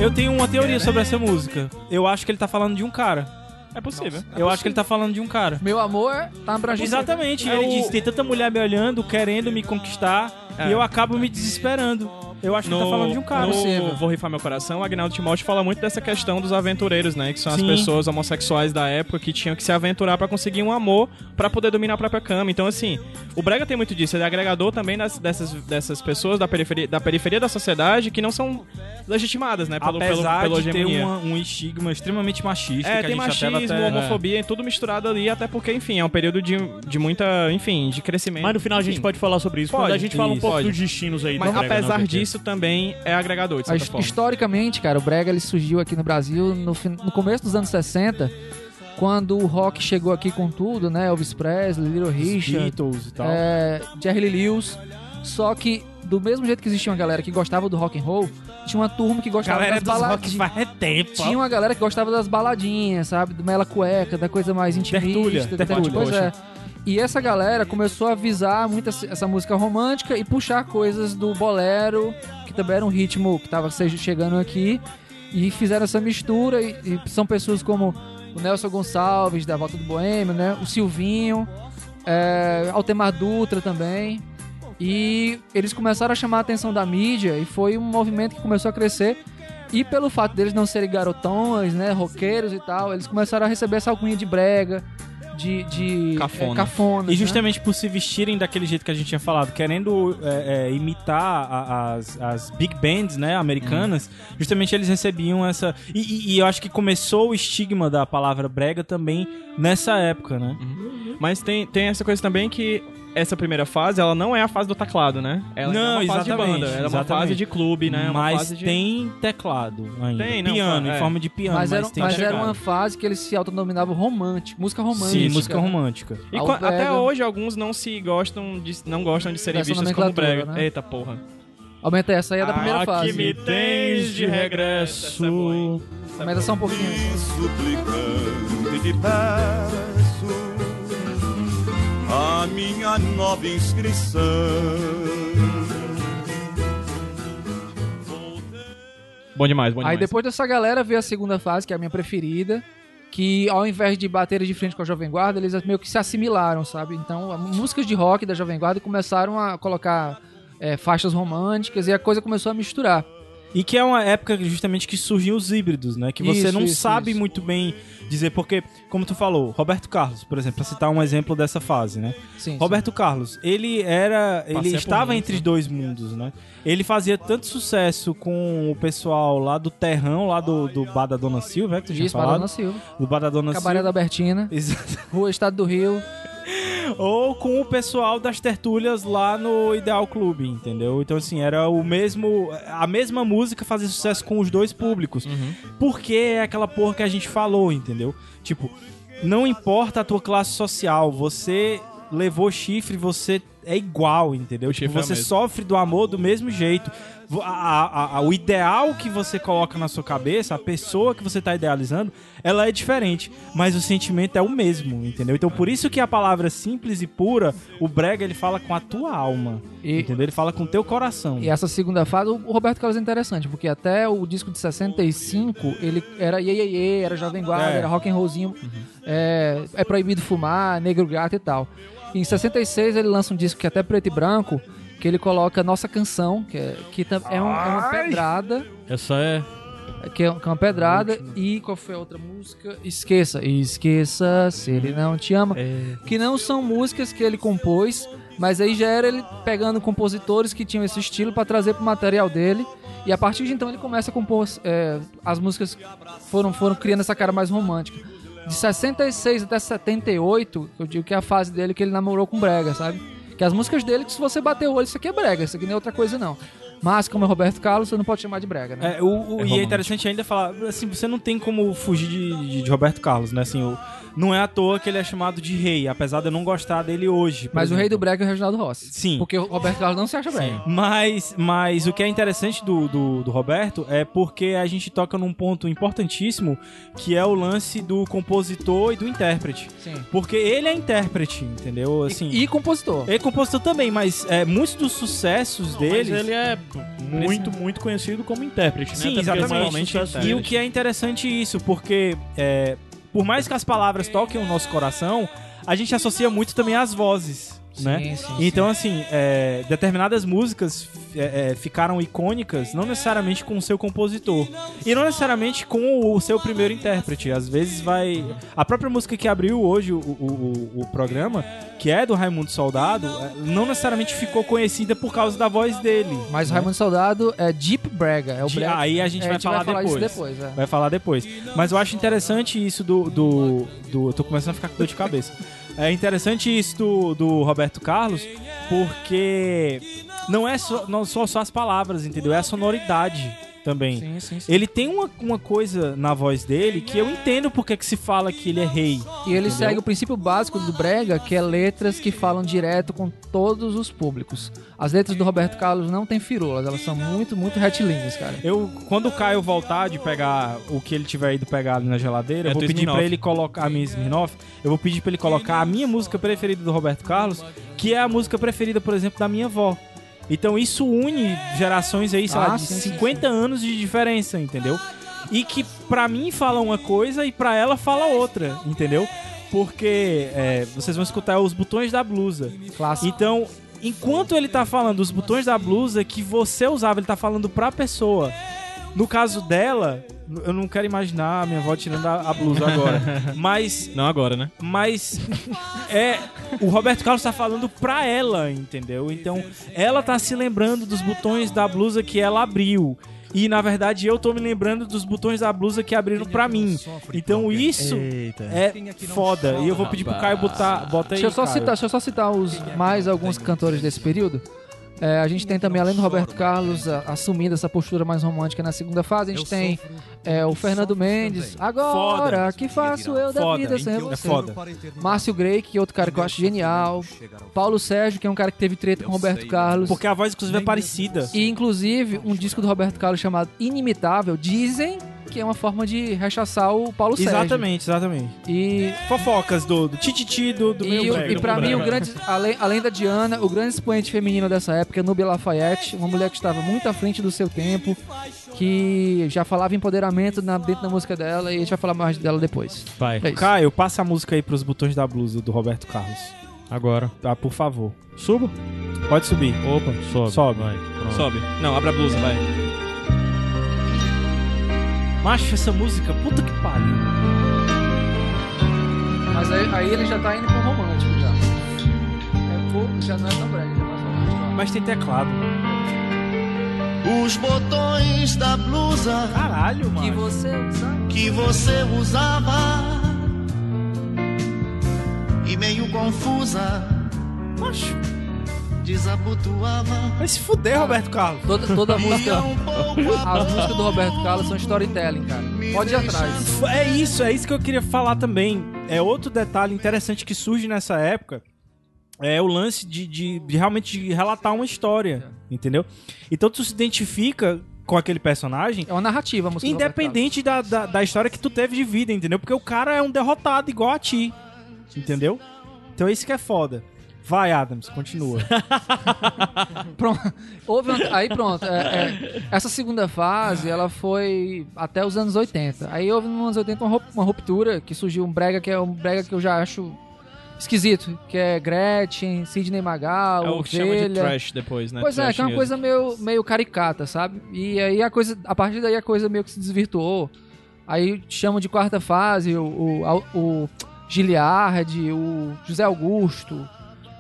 [SPEAKER 2] Eu tenho uma teoria sobre essa música. Eu acho que ele tá falando de um cara.
[SPEAKER 5] É possível.
[SPEAKER 2] Eu acho que ele tá falando de um cara.
[SPEAKER 4] Meu amor, tá pra gente.
[SPEAKER 2] Exatamente,
[SPEAKER 5] É
[SPEAKER 2] ele
[SPEAKER 5] o-
[SPEAKER 2] disse: tem tanta mulher me olhando, querendo me conquistar,
[SPEAKER 5] É.
[SPEAKER 2] e eu acabo me desesperando. Eu acho que ele tá falando de um cara.
[SPEAKER 5] no Vou Rifar Meu Coração, o Agnaldo Timóteo fala muito dessa questão dos aventureiros, né? Que são
[SPEAKER 2] Sim.
[SPEAKER 5] as pessoas homossexuais da época que tinham que se aventurar pra conseguir um amor pra poder dominar a própria cama. Então, assim, o Brega tem muito disso. Ele é agregador também das- dessas, dessas pessoas da periferia, da periferia da sociedade que não são legitimadas, né? Pelo, pelo,
[SPEAKER 2] Apesar
[SPEAKER 5] pela
[SPEAKER 2] de ter
[SPEAKER 5] hegemonia.
[SPEAKER 2] uma- um estigma extremamente machista,
[SPEAKER 5] É,
[SPEAKER 2] que
[SPEAKER 5] tem
[SPEAKER 2] a gente até- né,
[SPEAKER 5] machismo,
[SPEAKER 2] até-
[SPEAKER 5] homofobia, e tudo misturado ali, até porque, enfim, é um período de, de muita, enfim, de crescimento.
[SPEAKER 3] Mas no final a gente
[SPEAKER 5] Enfim.
[SPEAKER 3] pode falar sobre isso.
[SPEAKER 5] Pode,
[SPEAKER 3] quando a gente fala um
[SPEAKER 5] isso,
[SPEAKER 3] pouco
[SPEAKER 5] pode.
[SPEAKER 3] dos destinos aí.
[SPEAKER 5] Mas
[SPEAKER 3] do Brega,
[SPEAKER 5] apesar
[SPEAKER 3] né, porque-
[SPEAKER 5] disso, também é agregador, de
[SPEAKER 4] Ah,
[SPEAKER 5] certa
[SPEAKER 4] his-
[SPEAKER 5] forma.
[SPEAKER 4] historicamente, cara, o Brega ele surgiu aqui no Brasil no, fin- no começo dos anos 60, quando o rock chegou aqui com tudo, né? Elvis Presley, Little Richard,
[SPEAKER 2] Beatles e tal.
[SPEAKER 4] é, Jerry Lee Lewis. Só que, do mesmo jeito que existia uma galera que gostava do rock and roll, tinha uma turma que gostava
[SPEAKER 2] Galera
[SPEAKER 5] é
[SPEAKER 4] das
[SPEAKER 2] dos rock
[SPEAKER 4] baladinhas.
[SPEAKER 2] faz tempo.
[SPEAKER 4] Tinha uma galera que gostava das baladinhas, sabe? Do Mela Cueca, da coisa mais intimista.
[SPEAKER 2] Tertúlia,
[SPEAKER 4] da-
[SPEAKER 2] tertúlia.
[SPEAKER 4] Pois é. E essa galera começou a avisar muito essa, essa música romântica e puxar coisas do bolero, que também era um ritmo que estava chegando aqui, e fizeram essa mistura. E, e são pessoas como o Nelson Gonçalves, da Volta do Boêmio, né? O Silvinho, é, Altemar Dutra também. E eles começaram a chamar a atenção da mídia e foi um movimento que começou a crescer. E pelo fato deles não serem garotões, né, roqueiros e tal, eles começaram a receber essa alcunha de brega, de, de
[SPEAKER 5] Cafona.
[SPEAKER 4] é, cafonas,
[SPEAKER 2] E
[SPEAKER 4] né?
[SPEAKER 2] justamente por se vestirem daquele jeito que a gente tinha falado, querendo é, é, imitar a- as, as big bands né, americanas,
[SPEAKER 5] Hum.
[SPEAKER 2] justamente eles recebiam essa. E, e- e eu acho que começou o estigma da palavra brega também nessa época, né?
[SPEAKER 5] Uhum. Mas tem, tem essa coisa também que essa primeira fase, ela não é a fase do teclado, né? Ela
[SPEAKER 2] Não,
[SPEAKER 5] é uma fase de
[SPEAKER 2] exatamente,
[SPEAKER 5] banda, ela é uma
[SPEAKER 2] exatamente.
[SPEAKER 5] fase de clube, né? Uma
[SPEAKER 2] mas
[SPEAKER 5] fase de-
[SPEAKER 2] tem teclado ainda.
[SPEAKER 5] Tem, não,
[SPEAKER 2] piano,
[SPEAKER 5] é.
[SPEAKER 2] em forma de piano.
[SPEAKER 4] Mas,
[SPEAKER 2] Mas,
[SPEAKER 4] era, um,
[SPEAKER 2] tem
[SPEAKER 4] mas era
[SPEAKER 2] teclado.
[SPEAKER 4] uma fase que eles se autodenominavam romântico, música romântica.
[SPEAKER 2] Sim, música romântica.
[SPEAKER 5] E
[SPEAKER 4] Ao
[SPEAKER 5] qua-
[SPEAKER 4] brega.
[SPEAKER 5] até hoje alguns não se gostam de não gostam de serem
[SPEAKER 4] Dessa
[SPEAKER 5] vistos como
[SPEAKER 4] nomenclatura,
[SPEAKER 5] brega.
[SPEAKER 4] né?
[SPEAKER 5] Eita porra.
[SPEAKER 4] Aumenta essa aí é da primeira
[SPEAKER 5] Ah,
[SPEAKER 4] fase.
[SPEAKER 5] que me tens de regresso.
[SPEAKER 4] Aumenta só um pouquinho.
[SPEAKER 1] suplicante te peço a minha nova inscrição.
[SPEAKER 5] Bom demais, bom demais.
[SPEAKER 4] Aí depois dessa galera veio a segunda fase, que é a minha preferida. Que ao invés de baterem de frente com a Jovem Guarda, eles meio que se assimilaram, sabe? Então, a- músicas de rock da Jovem Guarda começaram a colocar é, faixas românticas e a coisa começou a misturar.
[SPEAKER 2] E que é uma época justamente que surgiam os híbridos, né? Que você
[SPEAKER 4] Isso,
[SPEAKER 2] não
[SPEAKER 4] isso,
[SPEAKER 2] sabe
[SPEAKER 4] isso.
[SPEAKER 2] muito bem dizer, porque, como tu falou, Roberto Carlos, por exemplo, pra citar um exemplo dessa fase, né?
[SPEAKER 4] Sim,
[SPEAKER 2] Roberto Carlos, ele era. Ele
[SPEAKER 5] Passei por
[SPEAKER 2] estava
[SPEAKER 5] mim,
[SPEAKER 2] entre
[SPEAKER 5] né?
[SPEAKER 2] os dois mundos, né? Ele fazia tanto sucesso com o pessoal lá do Terrão, lá do, do Bar da Dona Silva, né? Que tu
[SPEAKER 4] sim.
[SPEAKER 2] tinha
[SPEAKER 4] Isso, Madonna
[SPEAKER 2] falado.
[SPEAKER 4] Silva.
[SPEAKER 2] Do Bar da Dona
[SPEAKER 4] Cabaré da
[SPEAKER 2] Silva.
[SPEAKER 4] Albertina,
[SPEAKER 2] Exato.
[SPEAKER 4] Rua Estado do Rio.
[SPEAKER 2] Ou com o pessoal das tertúlias lá no Ideal Clube, entendeu? Então, assim, era o mesmo. A mesma música fazia sucesso com os dois públicos. Porque é aquela porra que a gente falou, entendeu? Tipo, não importa a tua classe social, você levou chifre, você é igual, entendeu?
[SPEAKER 5] O
[SPEAKER 2] Tipo,
[SPEAKER 5] chifre é o
[SPEAKER 2] você
[SPEAKER 5] mesmo.
[SPEAKER 2] sofre do amor do mesmo jeito. Vo- a- a- a- o ideal que você coloca na sua cabeça, a pessoa que você tá idealizando, ela é diferente, mas o sentimento é o mesmo, entendeu? Então por isso que a palavra simples e pura, o brega ele fala com a tua alma,
[SPEAKER 4] E-
[SPEAKER 2] entendeu? Ele fala com o teu coração.
[SPEAKER 4] E essa segunda fase, o Roberto Carlos é interessante, porque até o disco de 65, ele era iê, iê, iê, era Jovem Guarda,
[SPEAKER 2] É.
[SPEAKER 4] era rock and rollzinho, é, é proibido fumar, negro gato e tal. Em 66 ele lança um disco que é até preto e branco, que ele coloca Nossa Canção, que é, que tam- é, um- é uma pedrada,
[SPEAKER 3] Essa é.
[SPEAKER 4] que é, que é uma pedrada, e qual foi a outra música? Esqueça, esqueça se ele não te ama que não são músicas que ele compôs, mas aí já era ele pegando compositores que tinham esse estilo pra trazer pro material dele. E a partir de então ele começa a compor é, as músicas foram foram criando essa cara mais romântica. De 66 até 78, eu digo que é a fase dele que ele namorou com brega, sabe? Que as músicas dele que se você bater o olho, isso aqui é brega, isso aqui não é outra coisa não. Mas como é Roberto Carlos, você não pode chamar de brega, né?
[SPEAKER 2] É, o- o- e é
[SPEAKER 5] romântico.
[SPEAKER 2] interessante ainda falar, assim, você não tem como fugir de, de- de Roberto Carlos, né? Assim, o- não é à toa que ele é chamado de rei, apesar de eu não gostar dele hoje. por
[SPEAKER 4] mas o rei do
[SPEAKER 2] exemplo.
[SPEAKER 4] brega é o Reginaldo Rossi.
[SPEAKER 2] Sim.
[SPEAKER 4] Porque o Roberto Carlos não se acha brega.
[SPEAKER 2] Mas, mas o que é interessante do, do, do Roberto é porque a gente toca num ponto importantíssimo que é o lance do compositor e do intérprete.
[SPEAKER 4] Sim.
[SPEAKER 2] Porque ele é intérprete, entendeu? Assim,
[SPEAKER 4] E, e compositor.
[SPEAKER 2] ele é compositor também, mas é, muitos dos sucessos
[SPEAKER 3] Mas
[SPEAKER 2] dele.
[SPEAKER 3] ele é muito, muito conhecido como intérprete,
[SPEAKER 2] Sim,
[SPEAKER 3] né? Até porque
[SPEAKER 2] exatamente.
[SPEAKER 3] o maior sucesso
[SPEAKER 2] E
[SPEAKER 3] dele-
[SPEAKER 2] o que é interessante isso, porque é, por mais que as palavras toquem o nosso coração, a gente associa muito também às vozes, né?
[SPEAKER 4] Sim, sim, sim.
[SPEAKER 2] Então, assim, é, determinadas músicas é, é, ficaram icônicas não necessariamente com o seu compositor e não necessariamente com o seu primeiro intérprete. Às vezes vai. A própria música que abriu hoje o, o- o- o programa, que é do Raimundo Soldado, é, não necessariamente ficou conhecida por causa da voz dele.
[SPEAKER 4] Mas o
[SPEAKER 2] né?
[SPEAKER 4] Raimundo Soldado é Deep Brega. É o
[SPEAKER 2] De- ah,
[SPEAKER 4] Brega.
[SPEAKER 2] aí a gente
[SPEAKER 4] É,
[SPEAKER 2] vai falar
[SPEAKER 4] isso
[SPEAKER 2] depois.
[SPEAKER 4] depois. é.
[SPEAKER 2] Vai falar depois. Mas eu acho interessante isso do. do, do eu tô começando a ficar com dor de cabeça. É interessante isso do, do Roberto Carlos, porque não é só, não só, só as palavras, entendeu? É a sonoridade. também.
[SPEAKER 4] Sim, sim, sim.
[SPEAKER 2] Ele tem uma, uma coisa na voz dele que eu entendo porque que se fala que ele é rei.
[SPEAKER 4] E ele segue o princípio básico do Brega, que é letras que falam direto com todos os públicos. As letras do Roberto Carlos não têm firulas, elas são muito, muito retilíneas, cara.
[SPEAKER 2] Eu, quando o Caio voltar de pegar o que ele tiver ido pegar ali na geladeira,
[SPEAKER 5] É
[SPEAKER 2] eu vou
[SPEAKER 5] do
[SPEAKER 2] pedir
[SPEAKER 5] Smirnoff.
[SPEAKER 2] pra ele colocar a minha Smirnoff, eu vou pedir pra ele colocar a minha música preferida do Roberto Carlos, que é a música preferida, por exemplo, da minha avó. Então isso une gerações aí, sei lá,
[SPEAKER 4] Ah,
[SPEAKER 2] de
[SPEAKER 4] sim, sim,
[SPEAKER 2] 50 anos de diferença, entendeu? E que pra mim fala uma coisa e pra ela fala outra, entendeu? Porque é, vocês vão escutar os botões da blusa.
[SPEAKER 4] Clássico.
[SPEAKER 2] Então, enquanto ele tá falando os botões da blusa que você usava, ele tá falando pra pessoa. No caso dela, eu não quero imaginar a minha avó tirando a, a blusa agora. mas,
[SPEAKER 5] Não agora, né?
[SPEAKER 2] mas é o Roberto Carlos tá falando pra ela, entendeu? Então, ela tá se lembrando dos botões da blusa que ela abriu. E na verdade eu tô me lembrando dos botões da blusa que abriram pra mim. Então isso é foda. E eu vou pedir pro Caio botar, bota aí.
[SPEAKER 4] Deixa eu só
[SPEAKER 2] Caio.
[SPEAKER 4] citar, deixa eu só citar os mais alguns cantores desse período. É, a gente tem também, além do Roberto Carlos a- assumindo essa postura mais romântica na segunda fase, a gente tem é, o Fernando Mendes. Agora,
[SPEAKER 2] Foda.
[SPEAKER 4] que faço eu da
[SPEAKER 2] Foda.
[SPEAKER 4] vida sem
[SPEAKER 2] É
[SPEAKER 4] você?
[SPEAKER 2] foda.
[SPEAKER 4] Márcio Grey, que é outro cara que eu acho genial. Paulo Sérgio, que é um cara que teve treta com o Roberto Carlos.
[SPEAKER 2] Porque a voz, inclusive, é parecida.
[SPEAKER 4] E, inclusive, um disco do Roberto Carlos chamado Inimitável, dizem que é uma forma de rechaçar o Paulo Sérgio.
[SPEAKER 2] Exatamente, exatamente.
[SPEAKER 4] E,
[SPEAKER 2] Fofocas do, do tititi do, do
[SPEAKER 4] e,
[SPEAKER 2] meio
[SPEAKER 4] o-
[SPEAKER 2] brega.
[SPEAKER 4] e pra mim, o grande, além, além da Diana, o grande expoente feminino dessa época é Nubia Lafayette, uma mulher que estava muito à frente do seu tempo, que já falava empoderamento na, dentro da música dela, e a gente vai falar mais dela depois.
[SPEAKER 3] Vai.
[SPEAKER 4] É isso.
[SPEAKER 2] Caio, passa a música aí pros botões da blusa do Roberto Carlos.
[SPEAKER 3] Agora.
[SPEAKER 2] Tá, por favor.
[SPEAKER 3] Subo.
[SPEAKER 2] Pode subir.
[SPEAKER 3] Opa, sobe.
[SPEAKER 2] Sobe.
[SPEAKER 3] Vai. Pronto.
[SPEAKER 5] Sobe. Não, abre a blusa, vai.
[SPEAKER 2] Macho, essa música, puta que pariu.
[SPEAKER 4] Mas aí, aí ele já tá indo pro romântico já. É pouco, já não é tão breve, já é mais romântico.
[SPEAKER 2] Mas tem teclado.
[SPEAKER 6] Os botões da blusa
[SPEAKER 2] Caralho,
[SPEAKER 4] Que
[SPEAKER 2] mano.
[SPEAKER 4] você usa.
[SPEAKER 6] que você usava e meio confusa
[SPEAKER 2] Macho,
[SPEAKER 6] desabotoava.
[SPEAKER 2] vai se fuder, Roberto Carlos.
[SPEAKER 4] Toda, toda a
[SPEAKER 6] Ia
[SPEAKER 4] música.
[SPEAKER 6] um pouco
[SPEAKER 4] As músicas do Roberto Carlos são storytelling, cara. Pode ir atrás.
[SPEAKER 2] É isso, é isso que eu queria falar também. É outro detalhe interessante que surge nessa época. É o lance de, de- de realmente de relatar uma história, entendeu? Então tu se identifica com aquele personagem
[SPEAKER 4] É uma narrativa a música do Roberto Carlos.
[SPEAKER 2] Independente da, da, da história que tu teve de vida, entendeu? Porque o cara é um derrotado igual a ti. Entendeu? Então isso que é foda. Vai, Adams, continua.
[SPEAKER 4] Pronto. Houve um- aí pronto. é, é, essa segunda fase, ela foi até os anos 80. Aí houve nos anos 80 uma rup- uma ruptura que surgiu um brega que é um brega que eu já acho esquisito, que é Gretchen, Sidney Magal,
[SPEAKER 5] É o que chama de
[SPEAKER 4] Ovelha.
[SPEAKER 5] trash depois, né?
[SPEAKER 4] Pois é,
[SPEAKER 5] Trash
[SPEAKER 4] que é uma
[SPEAKER 5] music.
[SPEAKER 4] coisa meio, meio caricata, sabe? E aí a coisa, a partir daí a coisa meio que se desvirtuou. Aí chamam de quarta fase o, o, a- o Giliard, o José Augusto,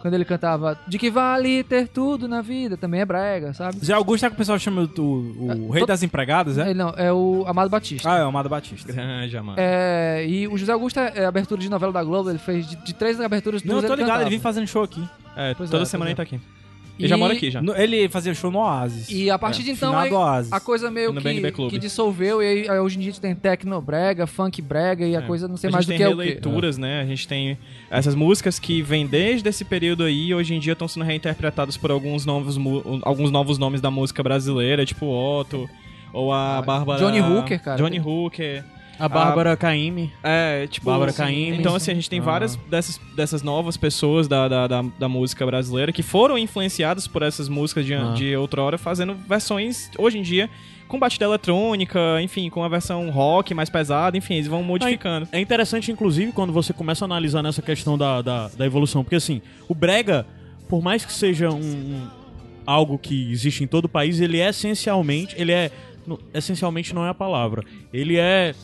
[SPEAKER 4] quando ele cantava De que vale ter tudo na vida, também é brega, sabe?
[SPEAKER 2] Zé Augusto é que o pessoal chama o, o- o rei
[SPEAKER 4] todo-
[SPEAKER 2] das empregadas, é?
[SPEAKER 4] Ele não, é o Amado Batista.
[SPEAKER 2] Ah, é o Amado Batista.
[SPEAKER 5] Grande,
[SPEAKER 2] Ah.
[SPEAKER 5] amado.
[SPEAKER 4] É, e o José Augusto é é abertura de novela da Globo, ele fez de, de três aberturas
[SPEAKER 2] Não,
[SPEAKER 4] duas
[SPEAKER 2] eu tô
[SPEAKER 4] ele
[SPEAKER 2] ligado, ele
[SPEAKER 4] cantava.
[SPEAKER 2] vem fazendo show aqui.
[SPEAKER 5] É,
[SPEAKER 4] Pois
[SPEAKER 5] toda
[SPEAKER 4] é,
[SPEAKER 5] semana
[SPEAKER 4] pois
[SPEAKER 5] ele
[SPEAKER 4] é.
[SPEAKER 5] tá aqui.
[SPEAKER 4] E-
[SPEAKER 5] Ele já mora aqui, já.
[SPEAKER 2] No- ele fazia show no Oasis.
[SPEAKER 4] E a partir de então
[SPEAKER 2] Finado
[SPEAKER 4] aí,
[SPEAKER 2] Oasis.
[SPEAKER 4] a coisa meio
[SPEAKER 5] No
[SPEAKER 4] que,
[SPEAKER 5] BNB Clube.
[SPEAKER 4] que dissolveu e aí, aí hoje em dia tem techno brega, funk brega e a
[SPEAKER 5] É.
[SPEAKER 4] coisa não sei
[SPEAKER 5] a
[SPEAKER 4] mais
[SPEAKER 5] gente
[SPEAKER 4] do
[SPEAKER 5] tem
[SPEAKER 4] que é o quê.
[SPEAKER 5] releituras, né? A gente tem essas músicas que vêm desde esse período aí e hoje em dia estão sendo reinterpretadas por alguns novos, mu- alguns novos nomes da música brasileira, tipo Otto, ou a Bárbara...
[SPEAKER 4] Johnny Hooker, cara.
[SPEAKER 5] Johnny Hooker.
[SPEAKER 3] A Bárbara Caymmi.
[SPEAKER 5] É, tipo...
[SPEAKER 3] Bárbara
[SPEAKER 5] assim,
[SPEAKER 3] Caymmi.
[SPEAKER 5] Então, assim, a gente tem
[SPEAKER 3] Ah.
[SPEAKER 5] várias dessas, dessas novas pessoas da, da, da, da música brasileira que foram influenciadas por essas músicas de,
[SPEAKER 3] Ah.
[SPEAKER 5] de outrora, fazendo versões, hoje em dia, com batida eletrônica, enfim, com a versão rock mais pesada, enfim, eles vão modificando.
[SPEAKER 3] É interessante, inclusive, quando você começa a analisar nessa questão da, da, da evolução. Porque, assim, o brega, por mais que seja um, um- algo que existe em todo o país, ele é essencialmente... Ele é... no- essencialmente não é a palavra. Ele é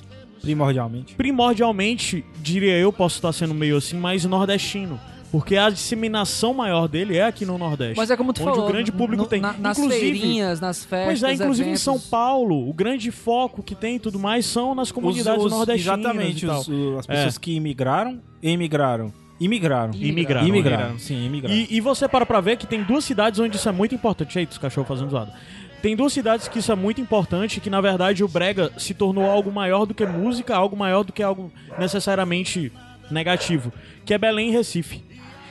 [SPEAKER 2] Primordialmente.
[SPEAKER 3] primordialmente, diria eu, posso estar sendo meio assim, mais nordestino. Porque a disseminação maior dele é aqui no Nordeste.
[SPEAKER 4] Mas é como tu
[SPEAKER 3] onde
[SPEAKER 4] falou,
[SPEAKER 3] o grande público
[SPEAKER 4] no-
[SPEAKER 3] tem.
[SPEAKER 4] na- nas
[SPEAKER 3] inclusive,
[SPEAKER 4] feirinhas, nas festas,
[SPEAKER 3] pois é, inclusive
[SPEAKER 4] eventos.
[SPEAKER 3] em São Paulo, o grande foco que tem e tudo mais são nas comunidades
[SPEAKER 2] Os- os-
[SPEAKER 3] nordestinas.
[SPEAKER 2] Exatamente,
[SPEAKER 3] e tal.
[SPEAKER 2] os- as pessoas que imigraram, emigraram. É. Imigraram.
[SPEAKER 4] E-
[SPEAKER 3] imigraram.
[SPEAKER 2] Imigraram, sim, imigraram.
[SPEAKER 3] E, e você para pra ver que tem duas cidades onde isso é muito importante. Eita, os cachorros fazendo zoada. Tem duas cidades que isso é muito importante, que na verdade o brega se tornou algo maior do que música, algo maior do que algo necessariamente negativo, que é Belém e Recife.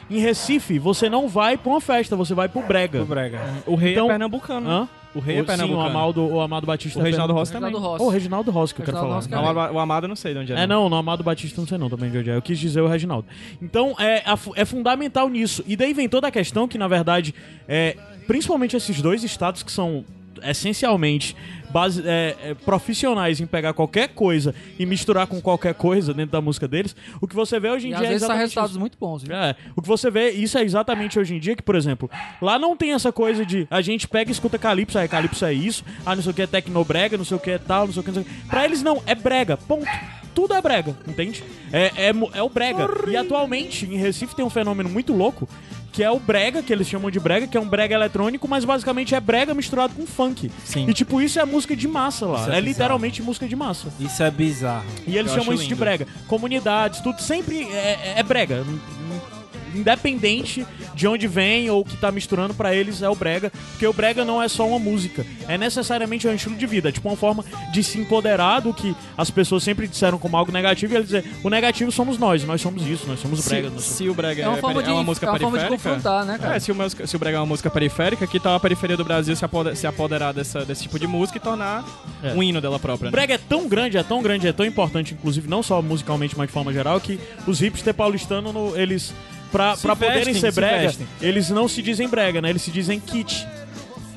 [SPEAKER 3] Em Recife, você não vai pra uma festa, você vai pro brega.
[SPEAKER 2] Do Brega.
[SPEAKER 5] O rei
[SPEAKER 3] Então-
[SPEAKER 5] é pernambucano. né?
[SPEAKER 3] Hã?
[SPEAKER 5] O rei é
[SPEAKER 3] Ou, sim, o
[SPEAKER 5] pernambucano.
[SPEAKER 3] Amaldo, o Amaldo Batista.
[SPEAKER 5] O Reginaldo
[SPEAKER 3] é
[SPEAKER 5] Rossi também.
[SPEAKER 4] Reginaldo
[SPEAKER 3] pernambucano.
[SPEAKER 4] Rossi.
[SPEAKER 3] Ou o Reginaldo Rossi que é eu quero
[SPEAKER 4] Reginaldo
[SPEAKER 3] falar.
[SPEAKER 4] Rossi,
[SPEAKER 5] O Amado, o Amado eu não sei de onde
[SPEAKER 3] É, não, no Amado Batista não sei não também de onde é. Eu quis dizer o Reginaldo. Então, é, a fu- é fundamental nisso. E daí vem toda a questão que, na verdade, é, principalmente esses dois estados que são essencialmente base- é, é, profissionais em pegar qualquer coisa e misturar com qualquer coisa dentro da música deles, o que você vê hoje em
[SPEAKER 4] E às
[SPEAKER 3] dia é
[SPEAKER 4] vezes sai
[SPEAKER 3] exatamente
[SPEAKER 4] resultados
[SPEAKER 3] isso.
[SPEAKER 4] muito bons. viu?
[SPEAKER 3] É, o que você vê, isso é exatamente hoje em dia que, por exemplo, lá não tem essa coisa de a gente pega e escuta Calypso, aí Calypso é isso, ah, não sei o que é tecnobrega, não sei o que é tal, não sei o que, não sei o que. Pra eles não, é brega, ponto. Tudo é brega, entende? É, é, mo- é o brega. E atualmente, em Recife, tem um fenômeno muito louco, que é o brega, que eles chamam de brega, que é um brega eletrônico, mas basicamente é brega misturado com funk.
[SPEAKER 2] Sim.
[SPEAKER 3] E tipo, isso é música de massa lá.
[SPEAKER 2] Isso é
[SPEAKER 3] é
[SPEAKER 2] bizarro.
[SPEAKER 3] literalmente música de massa.
[SPEAKER 2] Isso é bizarro.
[SPEAKER 3] E eles
[SPEAKER 2] Eu
[SPEAKER 3] chamam
[SPEAKER 2] acho
[SPEAKER 3] isso de
[SPEAKER 2] lindo.
[SPEAKER 3] brega. Comunidades, tudo sempre é, é- é brega. N- n- Independente de onde vem ou o que tá misturando pra eles é o brega, porque o brega não é só uma música, é necessariamente um estilo de vida, é tipo uma forma de se empoderar do que as pessoas sempre disseram como algo negativo e eles dizer, o negativo somos nós, nós somos isso, nós somos brega.
[SPEAKER 5] Se,
[SPEAKER 3] nós somos-"
[SPEAKER 5] se o Brega
[SPEAKER 4] É uma forma
[SPEAKER 5] peri-
[SPEAKER 4] de,
[SPEAKER 5] é uma música
[SPEAKER 4] é uma forma de
[SPEAKER 5] periférica.
[SPEAKER 4] confrontar, né, cara?
[SPEAKER 5] É, se o, meus- se o Brega é uma música periférica, que tal a periferia do Brasil se apoderar, se apoderar dessa- desse tipo de música e tornar
[SPEAKER 3] É.
[SPEAKER 5] um hino dela própria? né?
[SPEAKER 3] O brega é tão grande, é tão grande, é tão importante, inclusive não só musicalmente, mas de forma geral, que os hipster paulistanos, no- eles, pra,
[SPEAKER 2] Se
[SPEAKER 3] pra poderem
[SPEAKER 2] vestem,
[SPEAKER 3] ser
[SPEAKER 2] se
[SPEAKER 3] brega,
[SPEAKER 2] vestem.
[SPEAKER 3] eles não se dizem brega, né? Eles se dizem kit.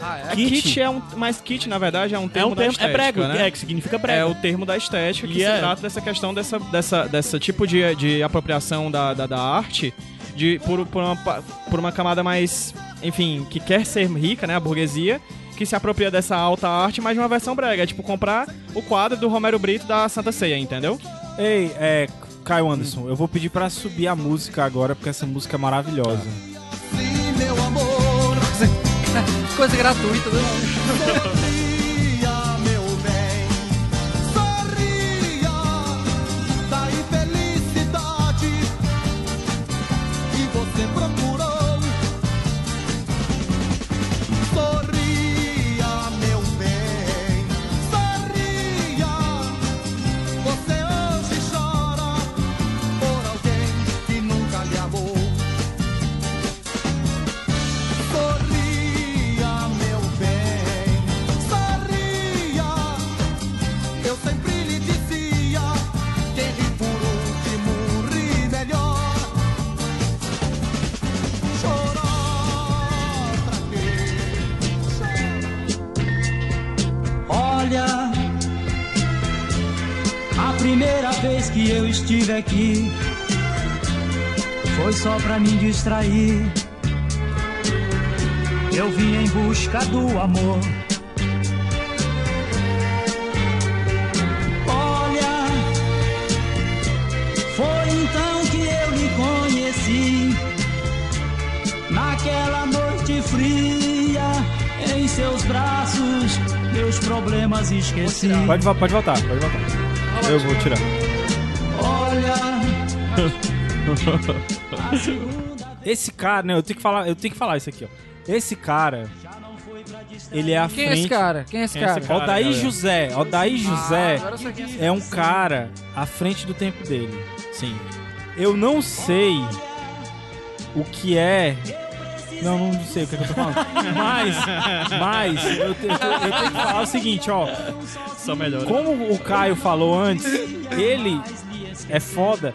[SPEAKER 4] Ah, é.
[SPEAKER 5] É, kit. é um, mas kit na verdade é um
[SPEAKER 3] É
[SPEAKER 5] termo
[SPEAKER 3] um
[SPEAKER 5] da
[SPEAKER 3] termo, é
[SPEAKER 5] estética,
[SPEAKER 3] brega,
[SPEAKER 5] né?
[SPEAKER 3] é, que significa brega.
[SPEAKER 5] É o termo da estética que
[SPEAKER 3] E é-
[SPEAKER 5] se trata dessa questão dessa, dessa, dessa tipo de, de apropriação da, da, da arte de, por, por, uma, pa- por uma camada mais, enfim, que quer ser rica, né? A burguesia, que se apropria dessa alta arte, mas de uma versão brega. É tipo comprar o quadro do Romero Brito da Santa Ceia, entendeu?
[SPEAKER 2] Ei, é, Caio Anderson, eu vou pedir pra subir a música agora, porque essa música é maravilhosa.
[SPEAKER 1] Sim, meu amor,
[SPEAKER 4] Coisa gratuita, né?
[SPEAKER 1] sorria, meu bem, sorria da infelicidade que você procurou. Sorria, meu bem, sorria, você hoje chora por alguém que nunca lhe amou. Sorria, meu bem, sorria. Eu sempre lhe dizia: quem ri por último ri melhor. Chorar pra quê?
[SPEAKER 8] Olha, a primeira vez que eu estive aqui foi só pra me distrair. Eu vim em busca do amor. Olha, foi então que eu lhe conheci. Naquela noite fria, em seus braços, meus problemas esqueci.
[SPEAKER 2] Pode, vo- pode voltar, pode voltar. Eu vou tirar.
[SPEAKER 8] Olha,
[SPEAKER 2] Esse cara, né, eu tenho que falar, eu tenho que falar isso aqui, ó. Esse cara, ele é a
[SPEAKER 4] Quem é
[SPEAKER 2] frente...
[SPEAKER 4] esse cara? Quem é esse
[SPEAKER 5] Quem é esse
[SPEAKER 4] cara?
[SPEAKER 5] cara?
[SPEAKER 2] Odaí
[SPEAKER 5] galera.
[SPEAKER 2] José, Odaí
[SPEAKER 4] Ah,
[SPEAKER 2] José
[SPEAKER 4] agora eu sei quem é esse
[SPEAKER 2] é um cara à frente do tempo dele. Sim. Eu não sei o que é. Não, não sei o que, é que eu tô falando. mas, mas eu, te- eu te- eu tenho que falar o seguinte, ó.
[SPEAKER 5] Só melhor.
[SPEAKER 2] Como o Caio falou antes, ele é foda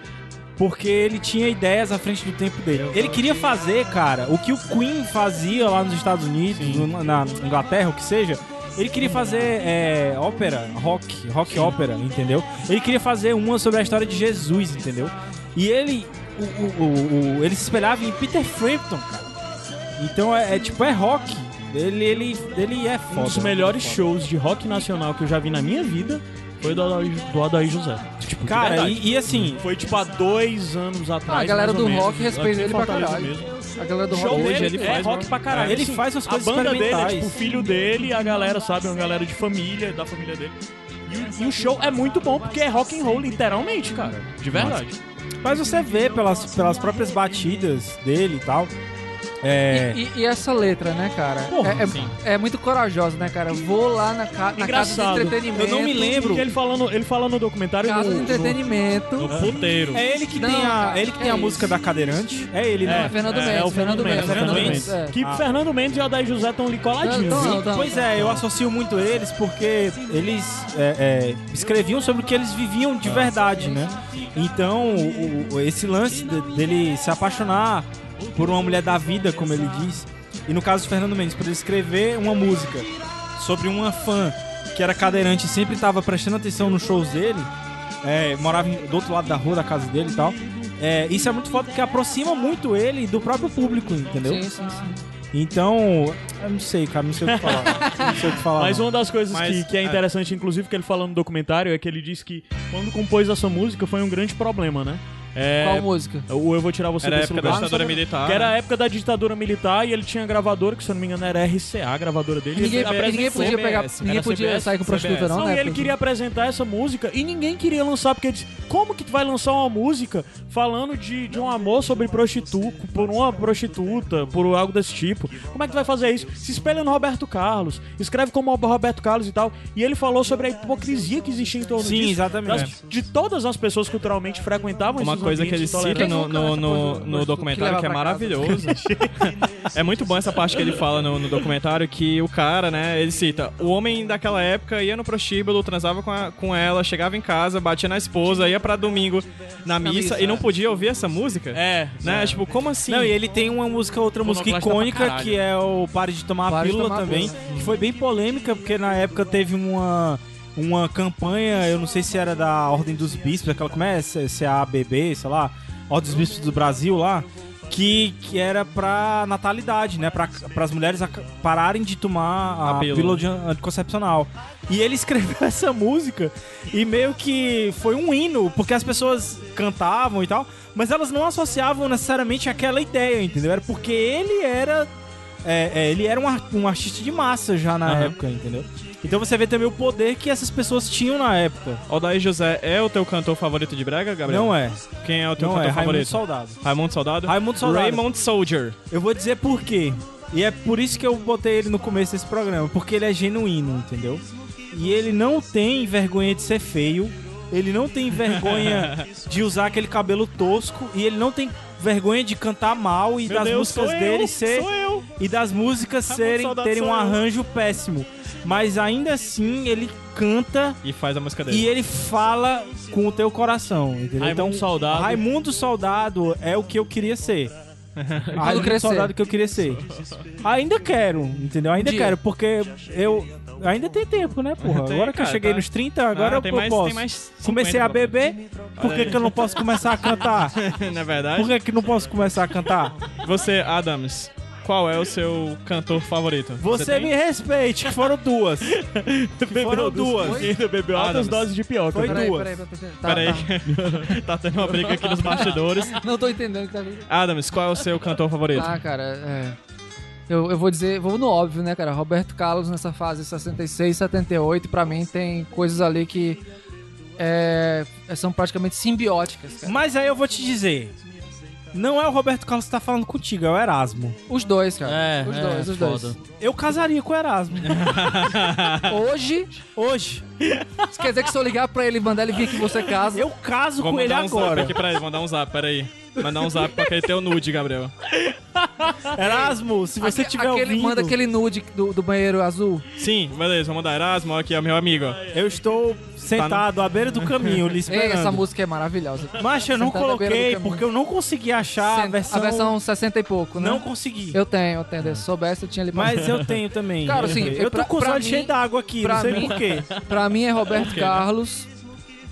[SPEAKER 2] porque ele tinha ideias à frente do tempo dele. Ele queria fazer, cara, o que o Queen fazia lá nos Estados Unidos, no- na Inglaterra, o que seja. Ele queria fazer é, ópera, rock, rock ópera, entendeu? Ele queria fazer uma sobre a história de Jesus, entendeu? E ele, o, o- o- o- ele se espelhava em Peter Frampton, cara. Então é, é tipo é rock. Ele, ele, ele é foda.
[SPEAKER 3] Um dos melhores
[SPEAKER 2] Foda.
[SPEAKER 3] shows de rock nacional que eu já vi na minha vida foi do Adair, do Adair José. Tipo, de
[SPEAKER 2] Cara,
[SPEAKER 3] verdade.
[SPEAKER 2] e, e assim,
[SPEAKER 3] foi tipo há dois anos atrás.
[SPEAKER 4] Ah, a galera
[SPEAKER 3] mais ou
[SPEAKER 4] do
[SPEAKER 3] menos,
[SPEAKER 4] rock respeita
[SPEAKER 3] aqui em
[SPEAKER 4] ele pra
[SPEAKER 3] Fortaleza
[SPEAKER 4] caralho.
[SPEAKER 3] mesmo.
[SPEAKER 4] A galera do
[SPEAKER 3] O show
[SPEAKER 4] rock.
[SPEAKER 3] dele
[SPEAKER 5] ele
[SPEAKER 3] é
[SPEAKER 5] faz
[SPEAKER 3] rock
[SPEAKER 5] uma-
[SPEAKER 3] pra caralho.
[SPEAKER 2] Ele faz umas
[SPEAKER 3] a
[SPEAKER 2] coisas
[SPEAKER 3] banda dele é
[SPEAKER 2] experimentais.
[SPEAKER 3] tipo o filho dele, a galera sabe, é uma galera de família, da família dele. E, o- e o show é muito bom porque é rock and roll literalmente, cara. De verdade.
[SPEAKER 2] Mas você vê pelas, pelas próprias batidas dele e tal É.
[SPEAKER 4] E, e- e essa letra, né, cara?
[SPEAKER 3] Porra,
[SPEAKER 4] é, é-
[SPEAKER 3] sim.
[SPEAKER 4] é muito corajosa, né, cara? Vou lá na, ca na casa do
[SPEAKER 3] Engraçado.
[SPEAKER 4] entretenimento.
[SPEAKER 2] Eu não me lembro.
[SPEAKER 3] Porque ele fala no, ele fala no documentário
[SPEAKER 4] Casa do
[SPEAKER 3] no, no,
[SPEAKER 4] entretenimento.
[SPEAKER 3] no puteiro.
[SPEAKER 2] É ele que
[SPEAKER 4] Não,
[SPEAKER 2] tem a,
[SPEAKER 4] cara,
[SPEAKER 2] é ele que
[SPEAKER 4] é
[SPEAKER 2] tem a
[SPEAKER 4] isso.
[SPEAKER 2] música da cadeirante? É ele,
[SPEAKER 4] Não,
[SPEAKER 2] né?
[SPEAKER 4] é Fernando
[SPEAKER 3] é,
[SPEAKER 4] Mendes.
[SPEAKER 3] é o Fernando Mendes,
[SPEAKER 4] Fernando
[SPEAKER 3] Fernando
[SPEAKER 4] Mendes.
[SPEAKER 3] Mendes.
[SPEAKER 4] é.
[SPEAKER 3] Que Fernando Mendes e Adair José estão ali coladinhos.
[SPEAKER 4] Não, não, não.
[SPEAKER 2] Pois é, eu associo muito eles porque eles é, é, escreviam sobre o que eles viviam de verdade, né? Então, o- o- esse lance de- dele se apaixonar por uma mulher da vida, como ele diz, e no caso do Fernando Mendes, por ele escrever uma música sobre uma fã que era cadeirante e sempre estava prestando atenção nos shows dele, é, morava em- do outro lado da rua da casa dele e tal. É, isso é muito foda porque aproxima muito ele do próprio público, entendeu?
[SPEAKER 4] Sim, sim, sim.
[SPEAKER 2] Então, eu não sei, cara, não sei o que falar. não sei o que falar.
[SPEAKER 3] Mas
[SPEAKER 2] não.
[SPEAKER 3] uma das coisas
[SPEAKER 5] Mas,
[SPEAKER 3] que, que é
[SPEAKER 5] é.
[SPEAKER 3] interessante, inclusive, que ele fala no documentário, é que ele diz que quando compôs essa música foi um grande problema, né?
[SPEAKER 4] Qual
[SPEAKER 3] É,
[SPEAKER 4] música?
[SPEAKER 3] o Eu Vou Tirar Você
[SPEAKER 5] Era a
[SPEAKER 3] Desse
[SPEAKER 5] época da
[SPEAKER 3] Lugar. Ah,
[SPEAKER 5] ditadura militar.
[SPEAKER 3] Que era a
[SPEAKER 5] né?
[SPEAKER 3] época da ditadura militar e ele tinha a gravadora, que se eu não me engano era RCA, a gravadora dele.
[SPEAKER 4] Ninguém,
[SPEAKER 3] Ele
[SPEAKER 5] CBS,
[SPEAKER 4] ninguém podia
[SPEAKER 5] CBS,
[SPEAKER 4] pegar.
[SPEAKER 5] era
[SPEAKER 4] Ninguém podia
[SPEAKER 5] CBS,
[SPEAKER 4] sair com prostituta,
[SPEAKER 5] CBS.
[SPEAKER 4] não,
[SPEAKER 3] Não,
[SPEAKER 4] né?
[SPEAKER 3] e ele queria apresentar essa música e ninguém queria lançar, porque ele disse, como que tu vai lançar uma música falando de, de um amor sobre prostituto, por uma prostituta, por algo desse tipo? Como é que tu vai fazer isso? Se espelha no Roberto Carlos, escreve como o Roberto Carlos e tal. E ele falou sobre a hipocrisia que existia em torno
[SPEAKER 2] Sim,
[SPEAKER 3] disso,
[SPEAKER 2] exatamente.
[SPEAKER 3] das- de todas as pessoas que culturalmente frequentavam
[SPEAKER 5] Uma
[SPEAKER 3] esses
[SPEAKER 5] coisa que ele
[SPEAKER 3] ambientes
[SPEAKER 5] cita
[SPEAKER 3] tolerantes.
[SPEAKER 5] no, no, no, no documentário que é
[SPEAKER 4] pra casa.
[SPEAKER 5] maravilhoso. é muito bom essa parte que ele fala no, no documentário que o cara, né, ele cita, o homem daquela época ia no prostíbulo, transava com, a- com ela, chegava em casa, batia na esposa, ia pra domingo na missa
[SPEAKER 4] missa,
[SPEAKER 5] e não
[SPEAKER 4] é.
[SPEAKER 5] podia ouvir essa música?
[SPEAKER 3] É,
[SPEAKER 5] Né? Tipo, como assim?
[SPEAKER 2] e ele tem uma música, outra música
[SPEAKER 5] Iconoclasta pra
[SPEAKER 2] icônica,
[SPEAKER 5] caralho.
[SPEAKER 2] que é o Pare de Tomar a
[SPEAKER 4] Pare de
[SPEAKER 2] Pílula
[SPEAKER 4] Tomar a
[SPEAKER 2] também,
[SPEAKER 4] Pílula.
[SPEAKER 2] que foi bem polêmica, porque na época teve uma, uma campanha, eu não sei se era da Ordem dos Bispos, aquela, como é? C- CABB, sei lá, Ordem dos Bispos do Brasil lá, que, que era pra natalidade, né? Pra, pras mulheres ac- pararem de tomar a,
[SPEAKER 5] A pílula.
[SPEAKER 2] pílula de an- anticoncepcional. E ele escreveu essa música e meio que foi um hino, porque as pessoas cantavam e tal, mas elas não associavam necessariamente aquela ideia, entendeu? Era porque ele era. é, é, ele era um, ar- um artista de massa já na
[SPEAKER 5] Aham.
[SPEAKER 2] época, entendeu? Então você vê também o poder que essas pessoas tinham na época.
[SPEAKER 5] Odair José é o teu cantor favorito de brega, Gabriel?
[SPEAKER 2] Não é.
[SPEAKER 5] Quem é o teu
[SPEAKER 2] Não é.
[SPEAKER 5] cantor
[SPEAKER 2] Raimundo
[SPEAKER 5] favorito?
[SPEAKER 2] Soldado.
[SPEAKER 5] Raimundo Soldado?
[SPEAKER 2] Raimundo Soldado.
[SPEAKER 5] Raymond Soldier.
[SPEAKER 2] Eu vou dizer por quê. E é por isso que eu botei ele no começo desse programa, porque ele é genuíno, entendeu? E ele não tem vergonha de ser feio, ele não tem vergonha de usar aquele cabelo tosco, e ele não tem vergonha de cantar mal e
[SPEAKER 3] Meu
[SPEAKER 2] das
[SPEAKER 3] Deus,
[SPEAKER 2] músicas
[SPEAKER 3] sou
[SPEAKER 2] dele
[SPEAKER 3] eu,
[SPEAKER 2] ser
[SPEAKER 3] Sou eu.
[SPEAKER 2] e das músicas
[SPEAKER 3] Raimundo
[SPEAKER 2] serem
[SPEAKER 3] Soldado
[SPEAKER 2] terem um
[SPEAKER 3] sou eu.
[SPEAKER 2] arranjo péssimo. Mas ainda assim ele canta
[SPEAKER 5] E faz a música dele.
[SPEAKER 2] e é ele fala com o teu coração, entendeu?
[SPEAKER 3] Raimundo Soldado.
[SPEAKER 2] Raimundo Soldado é o que eu queria ser. Raimundo
[SPEAKER 4] crescer.
[SPEAKER 2] Soldado é que eu queria ser. Ainda quero, entendeu? Ainda
[SPEAKER 4] dia.
[SPEAKER 2] quero, porque eu ainda tem tempo, né, porra?
[SPEAKER 5] Tem,
[SPEAKER 2] agora que eu
[SPEAKER 5] cara,
[SPEAKER 2] cheguei
[SPEAKER 5] tá.
[SPEAKER 2] nos 30, agora
[SPEAKER 5] Ah,
[SPEAKER 2] eu,
[SPEAKER 5] tem
[SPEAKER 2] eu
[SPEAKER 5] mais-
[SPEAKER 2] posso.
[SPEAKER 5] tem mais 50
[SPEAKER 2] Comecei a
[SPEAKER 5] pra frente.
[SPEAKER 2] beber, por que, que eu não posso começar a cantar?
[SPEAKER 5] Na verdade.
[SPEAKER 2] Por que, que não posso começar a cantar?
[SPEAKER 5] Você, Adams, qual é o seu cantor favorito?
[SPEAKER 2] Você me respeite, que foram duas. Que foram duas.
[SPEAKER 3] Ainda bebeu
[SPEAKER 5] Adams.
[SPEAKER 3] altas doses de pioca.
[SPEAKER 2] Foi
[SPEAKER 4] Peraí,
[SPEAKER 2] duas.
[SPEAKER 4] peraí, peraí, peraí. Tá,
[SPEAKER 5] Peraí, que tá tendo uma briga aqui nos bastidores.
[SPEAKER 4] tá. Não tô entendendo o que tá acontecendo.
[SPEAKER 5] Adams, qual é o seu cantor favorito?
[SPEAKER 4] Ah, cara, é. Eu, eu vou dizer, vou no óbvio, né, cara? Roberto Carlos nessa fase 66, 78, pra mim tem coisas ali que é, são praticamente simbióticas, cara.
[SPEAKER 2] Mas aí eu vou te dizer. Não é o Roberto Carlos que tá falando contigo, é o Erasmo.
[SPEAKER 4] Os dois, cara.
[SPEAKER 3] É,
[SPEAKER 4] os
[SPEAKER 3] é,
[SPEAKER 4] dois, os
[SPEAKER 3] foda.
[SPEAKER 4] dois.
[SPEAKER 2] Eu casaria com o Erasmo.
[SPEAKER 4] Hoje,
[SPEAKER 2] Hoje,
[SPEAKER 4] isso quer dizer que se eu ligar pra ele e mandar ele vir aqui em você casa,
[SPEAKER 2] eu caso
[SPEAKER 5] Vou
[SPEAKER 2] com ele
[SPEAKER 5] mandar um zap
[SPEAKER 2] agora.
[SPEAKER 5] aqui pra ele, mandar um zap, peraí. Mandar um zap pra aquele teu nude, Gabriel.
[SPEAKER 2] Erasmo, se você
[SPEAKER 4] Aque-
[SPEAKER 2] tiver
[SPEAKER 4] aquele,
[SPEAKER 2] ouvindo,
[SPEAKER 4] manda aquele nude do, do banheiro azul.
[SPEAKER 5] Sim, beleza, vou mandar. Erasmo, aqui é meu amigo.
[SPEAKER 2] eu estou sentado à beira do caminho, lhe
[SPEAKER 4] Ei,
[SPEAKER 2] esperando.
[SPEAKER 4] essa música é maravilhosa.
[SPEAKER 2] Mas eu não
[SPEAKER 4] Sentado à beira do
[SPEAKER 2] coloquei,
[SPEAKER 4] caminho.
[SPEAKER 2] porque eu não consegui achar a
[SPEAKER 4] Senta-
[SPEAKER 2] versão...
[SPEAKER 4] A versão 60 e pouco, né?
[SPEAKER 2] Não consegui.
[SPEAKER 4] Eu tenho, eu tenho. Se soubesse, eu tinha ali pra
[SPEAKER 2] Mas eu tenho também.
[SPEAKER 4] Cara, assim,
[SPEAKER 2] eu tô
[SPEAKER 4] pra-
[SPEAKER 2] com os
[SPEAKER 4] pra
[SPEAKER 2] olhos
[SPEAKER 4] mim-
[SPEAKER 2] cheios d'água aqui, não
[SPEAKER 4] pra
[SPEAKER 2] sei
[SPEAKER 4] mim-
[SPEAKER 2] porquê.
[SPEAKER 4] Pra mim é Roberto Carlos.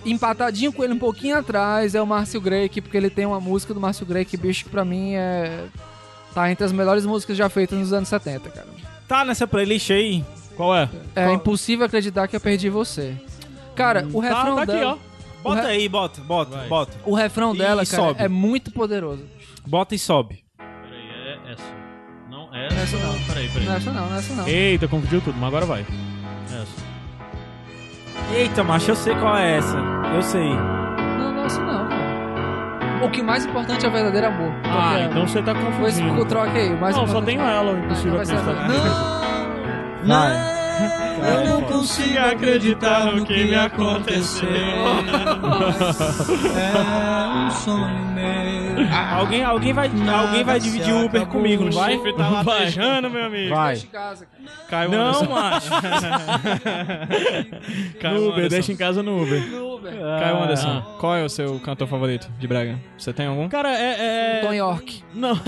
[SPEAKER 4] Empatadinho com ele um pouquinho atrás é o Márcio Greik, porque ele tem uma música do Márcio Greik, bicho, que pra mim é. Tá entre as melhores músicas já feitas nos anos 70, cara.
[SPEAKER 2] Tá nessa playlist aí?
[SPEAKER 3] Qual é?
[SPEAKER 4] É impossível acreditar que eu perdi você. Cara,
[SPEAKER 2] Hum,
[SPEAKER 4] o refrão
[SPEAKER 3] tá aqui,
[SPEAKER 4] dela.
[SPEAKER 3] ó.
[SPEAKER 2] Bota
[SPEAKER 4] re-
[SPEAKER 2] aí, bota, bota, bota.
[SPEAKER 4] O refrão
[SPEAKER 2] Ih,
[SPEAKER 4] dela, cara,
[SPEAKER 2] sobe.
[SPEAKER 4] é muito poderoso.
[SPEAKER 2] Bota e sobe.
[SPEAKER 9] Peraí, é essa. Não, é
[SPEAKER 4] Não é essa não.
[SPEAKER 9] Peraí, peraí. É
[SPEAKER 4] Não é essa não, não é essa não.
[SPEAKER 3] Eita, confundiu tudo, mas agora vai.
[SPEAKER 9] Essa.
[SPEAKER 2] Eita, macho, eu sei qual é essa. Eu sei.
[SPEAKER 4] Não, não é essa não, cara. O que mais importante é o verdadeiro amor.
[SPEAKER 3] Ah,
[SPEAKER 4] Porque- é.
[SPEAKER 3] então você tá
[SPEAKER 4] Foi esse
[SPEAKER 3] confundindo.
[SPEAKER 4] que troca aí. o Mais
[SPEAKER 3] Não, só
[SPEAKER 4] importante-
[SPEAKER 3] tenho ela, o
[SPEAKER 4] Ah, então
[SPEAKER 3] impossível
[SPEAKER 4] vai ser
[SPEAKER 3] acreditar.
[SPEAKER 4] a-
[SPEAKER 5] né?
[SPEAKER 4] Não!
[SPEAKER 2] Vai.
[SPEAKER 9] Eu não consigo acreditar no que me aconteceu.
[SPEAKER 7] É um sonho meu.
[SPEAKER 2] Alguém, alguém vai, alguém vai dividir o Uber comigo, não vai?
[SPEAKER 5] Tá lá
[SPEAKER 3] Vai.
[SPEAKER 5] beijando, meu amigo.
[SPEAKER 2] Vai.
[SPEAKER 4] De casa, cara.
[SPEAKER 5] Caio
[SPEAKER 2] Não,
[SPEAKER 5] Anderson.
[SPEAKER 2] macho.
[SPEAKER 5] Caio
[SPEAKER 3] No Uber,
[SPEAKER 5] Anderson.
[SPEAKER 3] deixa em casa no Uber.
[SPEAKER 4] No Uber.
[SPEAKER 5] Caio
[SPEAKER 2] Ah.
[SPEAKER 5] Anderson, qual é o seu cantor favorito de Braga? Você tem algum?
[SPEAKER 3] Cara, é. é-
[SPEAKER 4] Tom York.
[SPEAKER 3] Não.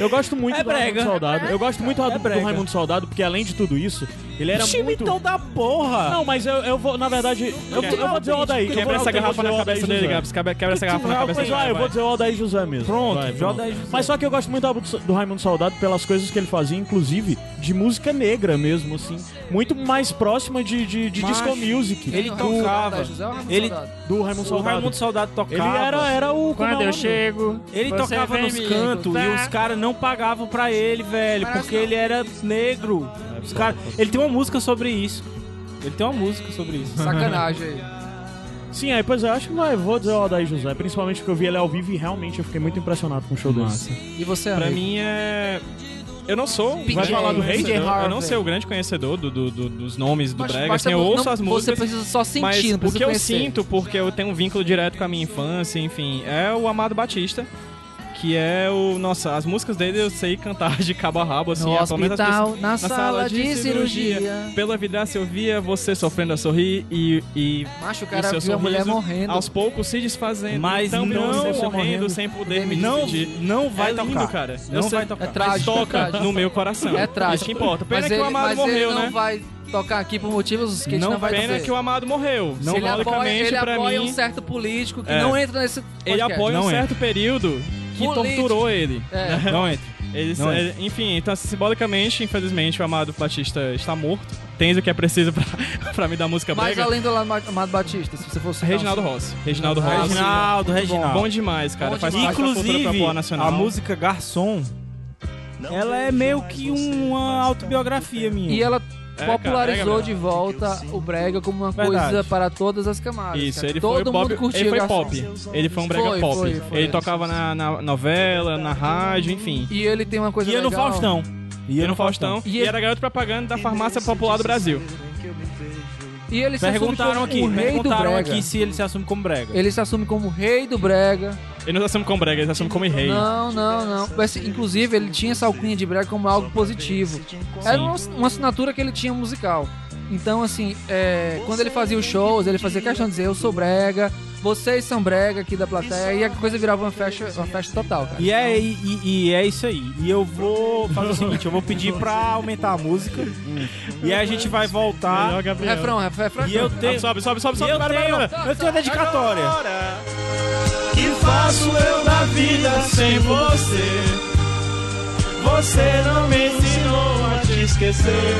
[SPEAKER 3] Eu gosto muito
[SPEAKER 2] É
[SPEAKER 3] do
[SPEAKER 2] brega.
[SPEAKER 3] Raimundo Soldado. Eu gosto
[SPEAKER 5] É
[SPEAKER 3] muito do,
[SPEAKER 2] brega.
[SPEAKER 3] do Raimundo Soldado, porque além de tudo isso, ele era muito.
[SPEAKER 2] Chimitão da porra!
[SPEAKER 3] Não, mas eu, eu vou, na verdade, eu,
[SPEAKER 2] Quer-
[SPEAKER 3] eu vou dizer o Aldair. eu
[SPEAKER 5] Quebra
[SPEAKER 3] vou-
[SPEAKER 5] essa
[SPEAKER 3] eu vou
[SPEAKER 5] garrafa
[SPEAKER 3] dizer o
[SPEAKER 5] na
[SPEAKER 3] Aldair
[SPEAKER 5] cabeça dele,
[SPEAKER 3] José.
[SPEAKER 5] Gabs. Quebra quebra essa garrafa na
[SPEAKER 3] Não,
[SPEAKER 5] cabeça
[SPEAKER 3] Pois
[SPEAKER 5] dele.
[SPEAKER 3] vai, ah, eu vou dizer o Aldair José mesmo.
[SPEAKER 2] Pronto,
[SPEAKER 3] Vai,
[SPEAKER 2] Jó da José.
[SPEAKER 3] Mas só que eu gosto muito do Albu- do Raimundo Soldado pelas coisas que ele fazia, inclusive de música negra mesmo, assim. Muito mais próxima de, de, de
[SPEAKER 2] Macho.
[SPEAKER 3] disco music.
[SPEAKER 2] Ele
[SPEAKER 4] Tom York,
[SPEAKER 2] tocava.
[SPEAKER 4] Aldair tá, José é ou Raimundo
[SPEAKER 2] Ele,
[SPEAKER 4] Soldado?
[SPEAKER 3] Do Raimundo
[SPEAKER 2] o
[SPEAKER 3] Soldado.
[SPEAKER 2] Raimundo Soldado
[SPEAKER 3] Ele
[SPEAKER 2] tocava.
[SPEAKER 3] era, era o. como é o
[SPEAKER 9] Quando eu
[SPEAKER 3] nome?
[SPEAKER 9] chego.
[SPEAKER 2] Ele
[SPEAKER 9] você
[SPEAKER 2] tocava
[SPEAKER 9] vem
[SPEAKER 2] nos
[SPEAKER 9] me
[SPEAKER 2] cantos e
[SPEAKER 9] encontrar.
[SPEAKER 2] os caras não pagavam pra ele, velho,
[SPEAKER 4] Parece
[SPEAKER 2] porque
[SPEAKER 4] não.
[SPEAKER 2] ele era negro. Os cara... Ele tem uma música sobre isso. Ele tem uma música sobre isso.
[SPEAKER 4] Sacanagem aí.
[SPEAKER 3] Sim, aí pois é, eu acho que vai, vou dizer o Aldair José, principalmente porque eu vi ele ao vivo e realmente eu fiquei muito impressionado com o show dele. É,
[SPEAKER 4] E você,
[SPEAKER 5] Pra
[SPEAKER 4] amigo?
[SPEAKER 5] mim é. Eu não sou. um
[SPEAKER 4] PJ,
[SPEAKER 5] grande
[SPEAKER 4] falar do
[SPEAKER 5] conhecedor,
[SPEAKER 4] PJ Harvey.
[SPEAKER 5] Eu não sei o grande conhecedor do- do- do- dos nomes do
[SPEAKER 4] Mas-
[SPEAKER 5] Brega.
[SPEAKER 4] basta
[SPEAKER 5] Assim, eu
[SPEAKER 4] não-
[SPEAKER 5] ouço
[SPEAKER 4] não-
[SPEAKER 5] as
[SPEAKER 4] Você
[SPEAKER 5] músicas.
[SPEAKER 4] precisa só sentir,
[SPEAKER 5] Mas
[SPEAKER 4] não
[SPEAKER 5] o
[SPEAKER 4] precisa
[SPEAKER 5] que eu
[SPEAKER 4] conhecer.
[SPEAKER 5] sinto, porque eu tenho um vínculo direto com a minha infância, enfim, é o Amado Batista, que é o. Nossa, as músicas dele eu sei cantar de cabo a rabo, assim,
[SPEAKER 4] No
[SPEAKER 5] é, pelo menos as
[SPEAKER 4] hospital, na sala de cirurgia.
[SPEAKER 5] Pela vidraça eu via você sofrendo a sorrir e, e
[SPEAKER 4] Macho, o
[SPEAKER 5] E
[SPEAKER 4] cara
[SPEAKER 5] seu
[SPEAKER 4] viu a mulher
[SPEAKER 5] é sorriso
[SPEAKER 4] morrendo.
[SPEAKER 5] aos poucos se desfazendo.
[SPEAKER 2] Mas
[SPEAKER 5] então
[SPEAKER 2] não-
[SPEAKER 5] eu
[SPEAKER 2] você
[SPEAKER 5] morrendo,
[SPEAKER 2] morrendo.
[SPEAKER 5] sem poder me
[SPEAKER 2] Não,
[SPEAKER 5] despedir.
[SPEAKER 2] não vai
[SPEAKER 5] é lindo,
[SPEAKER 2] tocar.
[SPEAKER 5] cara. Eu
[SPEAKER 2] Não
[SPEAKER 5] sei.
[SPEAKER 2] vai tocar.
[SPEAKER 4] É trágico.
[SPEAKER 5] Mas toca
[SPEAKER 4] é trágico.
[SPEAKER 5] no meu coração.
[SPEAKER 4] É trágico.
[SPEAKER 5] Isso que importa. Pena
[SPEAKER 4] mas
[SPEAKER 5] que
[SPEAKER 4] ele,
[SPEAKER 5] o Amado
[SPEAKER 4] mas
[SPEAKER 5] morreu,
[SPEAKER 4] ele não
[SPEAKER 5] né?
[SPEAKER 4] vai tocar aqui por motivos que a gente
[SPEAKER 5] Não,
[SPEAKER 4] não vai
[SPEAKER 5] pena
[SPEAKER 4] dizer.
[SPEAKER 5] que o Amado morreu.
[SPEAKER 4] Se
[SPEAKER 5] Não,
[SPEAKER 4] ele apoia, ele
[SPEAKER 5] logicamente, pra
[SPEAKER 4] apoia
[SPEAKER 5] mim,
[SPEAKER 4] um certo político que
[SPEAKER 5] É.
[SPEAKER 4] não entra nesse
[SPEAKER 5] ele
[SPEAKER 4] podcast.
[SPEAKER 5] apoia
[SPEAKER 2] Não
[SPEAKER 5] um
[SPEAKER 2] é.
[SPEAKER 5] certo período que
[SPEAKER 4] Político.
[SPEAKER 5] torturou ele.
[SPEAKER 4] É.
[SPEAKER 2] Não entra.
[SPEAKER 5] Ele-
[SPEAKER 2] Não é.
[SPEAKER 5] ele- Enfim, então simbolicamente, infelizmente, o Amado Batista está morto. Tens o que é preciso pra, pra me dar música
[SPEAKER 4] Mas
[SPEAKER 5] brega.
[SPEAKER 4] além do Amado Batista, se você fosse...
[SPEAKER 5] Reginaldo Rossi. Reginaldo
[SPEAKER 4] Ah,
[SPEAKER 5] Rossi.
[SPEAKER 2] Reginaldo, Reginaldo.
[SPEAKER 5] Tá Bom demais, cara.
[SPEAKER 4] Bom
[SPEAKER 5] Faz parte da cultura
[SPEAKER 2] Inclusive,
[SPEAKER 5] popular nacional.
[SPEAKER 2] a música Garçom, ela é meio que uma autobiografia minha.
[SPEAKER 4] E ela
[SPEAKER 5] É,
[SPEAKER 4] popularizou
[SPEAKER 5] cara,
[SPEAKER 4] de volta o brega como uma
[SPEAKER 2] Verdade.
[SPEAKER 4] coisa para todas as camadas.
[SPEAKER 5] Isso,
[SPEAKER 4] cara.
[SPEAKER 5] ele
[SPEAKER 4] Todo
[SPEAKER 5] foi, o
[SPEAKER 4] mundo
[SPEAKER 5] pop,
[SPEAKER 4] curtia
[SPEAKER 5] ele foi
[SPEAKER 4] garçom.
[SPEAKER 5] pop. Ele foi um brega
[SPEAKER 4] Foi,
[SPEAKER 5] pop.
[SPEAKER 4] foi, foi.
[SPEAKER 5] Ele tocava na, na novela, na rádio, enfim.
[SPEAKER 4] E ele tem uma coisa
[SPEAKER 2] E eu no
[SPEAKER 4] legal.
[SPEAKER 2] Faustão.
[SPEAKER 5] E
[SPEAKER 2] E é um eu
[SPEAKER 5] É no Faustão.
[SPEAKER 4] E
[SPEAKER 5] E
[SPEAKER 4] ele-
[SPEAKER 5] era garoto de propaganda da farmácia popular do Brasil.
[SPEAKER 4] E ele se assume
[SPEAKER 2] Perguntaram
[SPEAKER 4] como
[SPEAKER 2] aqui,
[SPEAKER 4] o rei do
[SPEAKER 2] perguntaram
[SPEAKER 4] brega.
[SPEAKER 2] aqui se ele se assume como brega.
[SPEAKER 4] Ele se assume como o rei do brega.
[SPEAKER 5] Ele não se assume como brega, ele se assume como rei.
[SPEAKER 4] Não, não, não. Mas, assim, inclusive, ele tinha essa alcunha de brega como algo positivo. Era uma, uma assinatura que ele tinha musical. Então, assim, é, quando ele fazia os shows, ele fazia questão de dizer: Eu sou brega, vocês são brega aqui da plateia. E a coisa virava uma festa, uma festa total, cara.
[SPEAKER 2] E é, e, e- e é isso aí. E eu vou fazer o seguinte, eu vou pedir pra aumentar a música. e aí a gente vai voltar.
[SPEAKER 4] Refrão, refrão, refrão.
[SPEAKER 2] E eu tenho.
[SPEAKER 5] Sobe, sobe, sobe, sobe.
[SPEAKER 2] eu
[SPEAKER 5] para, para,
[SPEAKER 2] tenho,
[SPEAKER 5] para.
[SPEAKER 2] eu tenho a dedicatória.
[SPEAKER 1] Que faço eu da vida sem você? Você não me ensinou a te esquecer.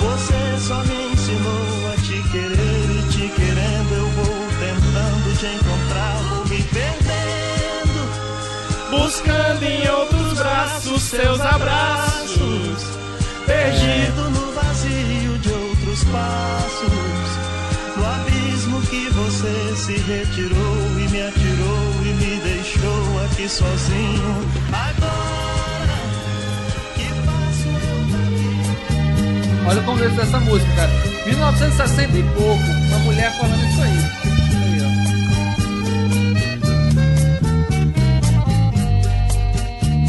[SPEAKER 1] Você só me ensinou a te querer e te querendo eu vou tentando te encontrar, vou me perdendo, buscando em outros braços seus abraços, perdido no vazio de outros passos. No abismo que você se retirou e me atirou e me deixou aqui sozinho. Agora que faço eu da vida?
[SPEAKER 4] Olha o começo dessa música, cara. 1960 e pouco, uma mulher falando isso aí. Aí,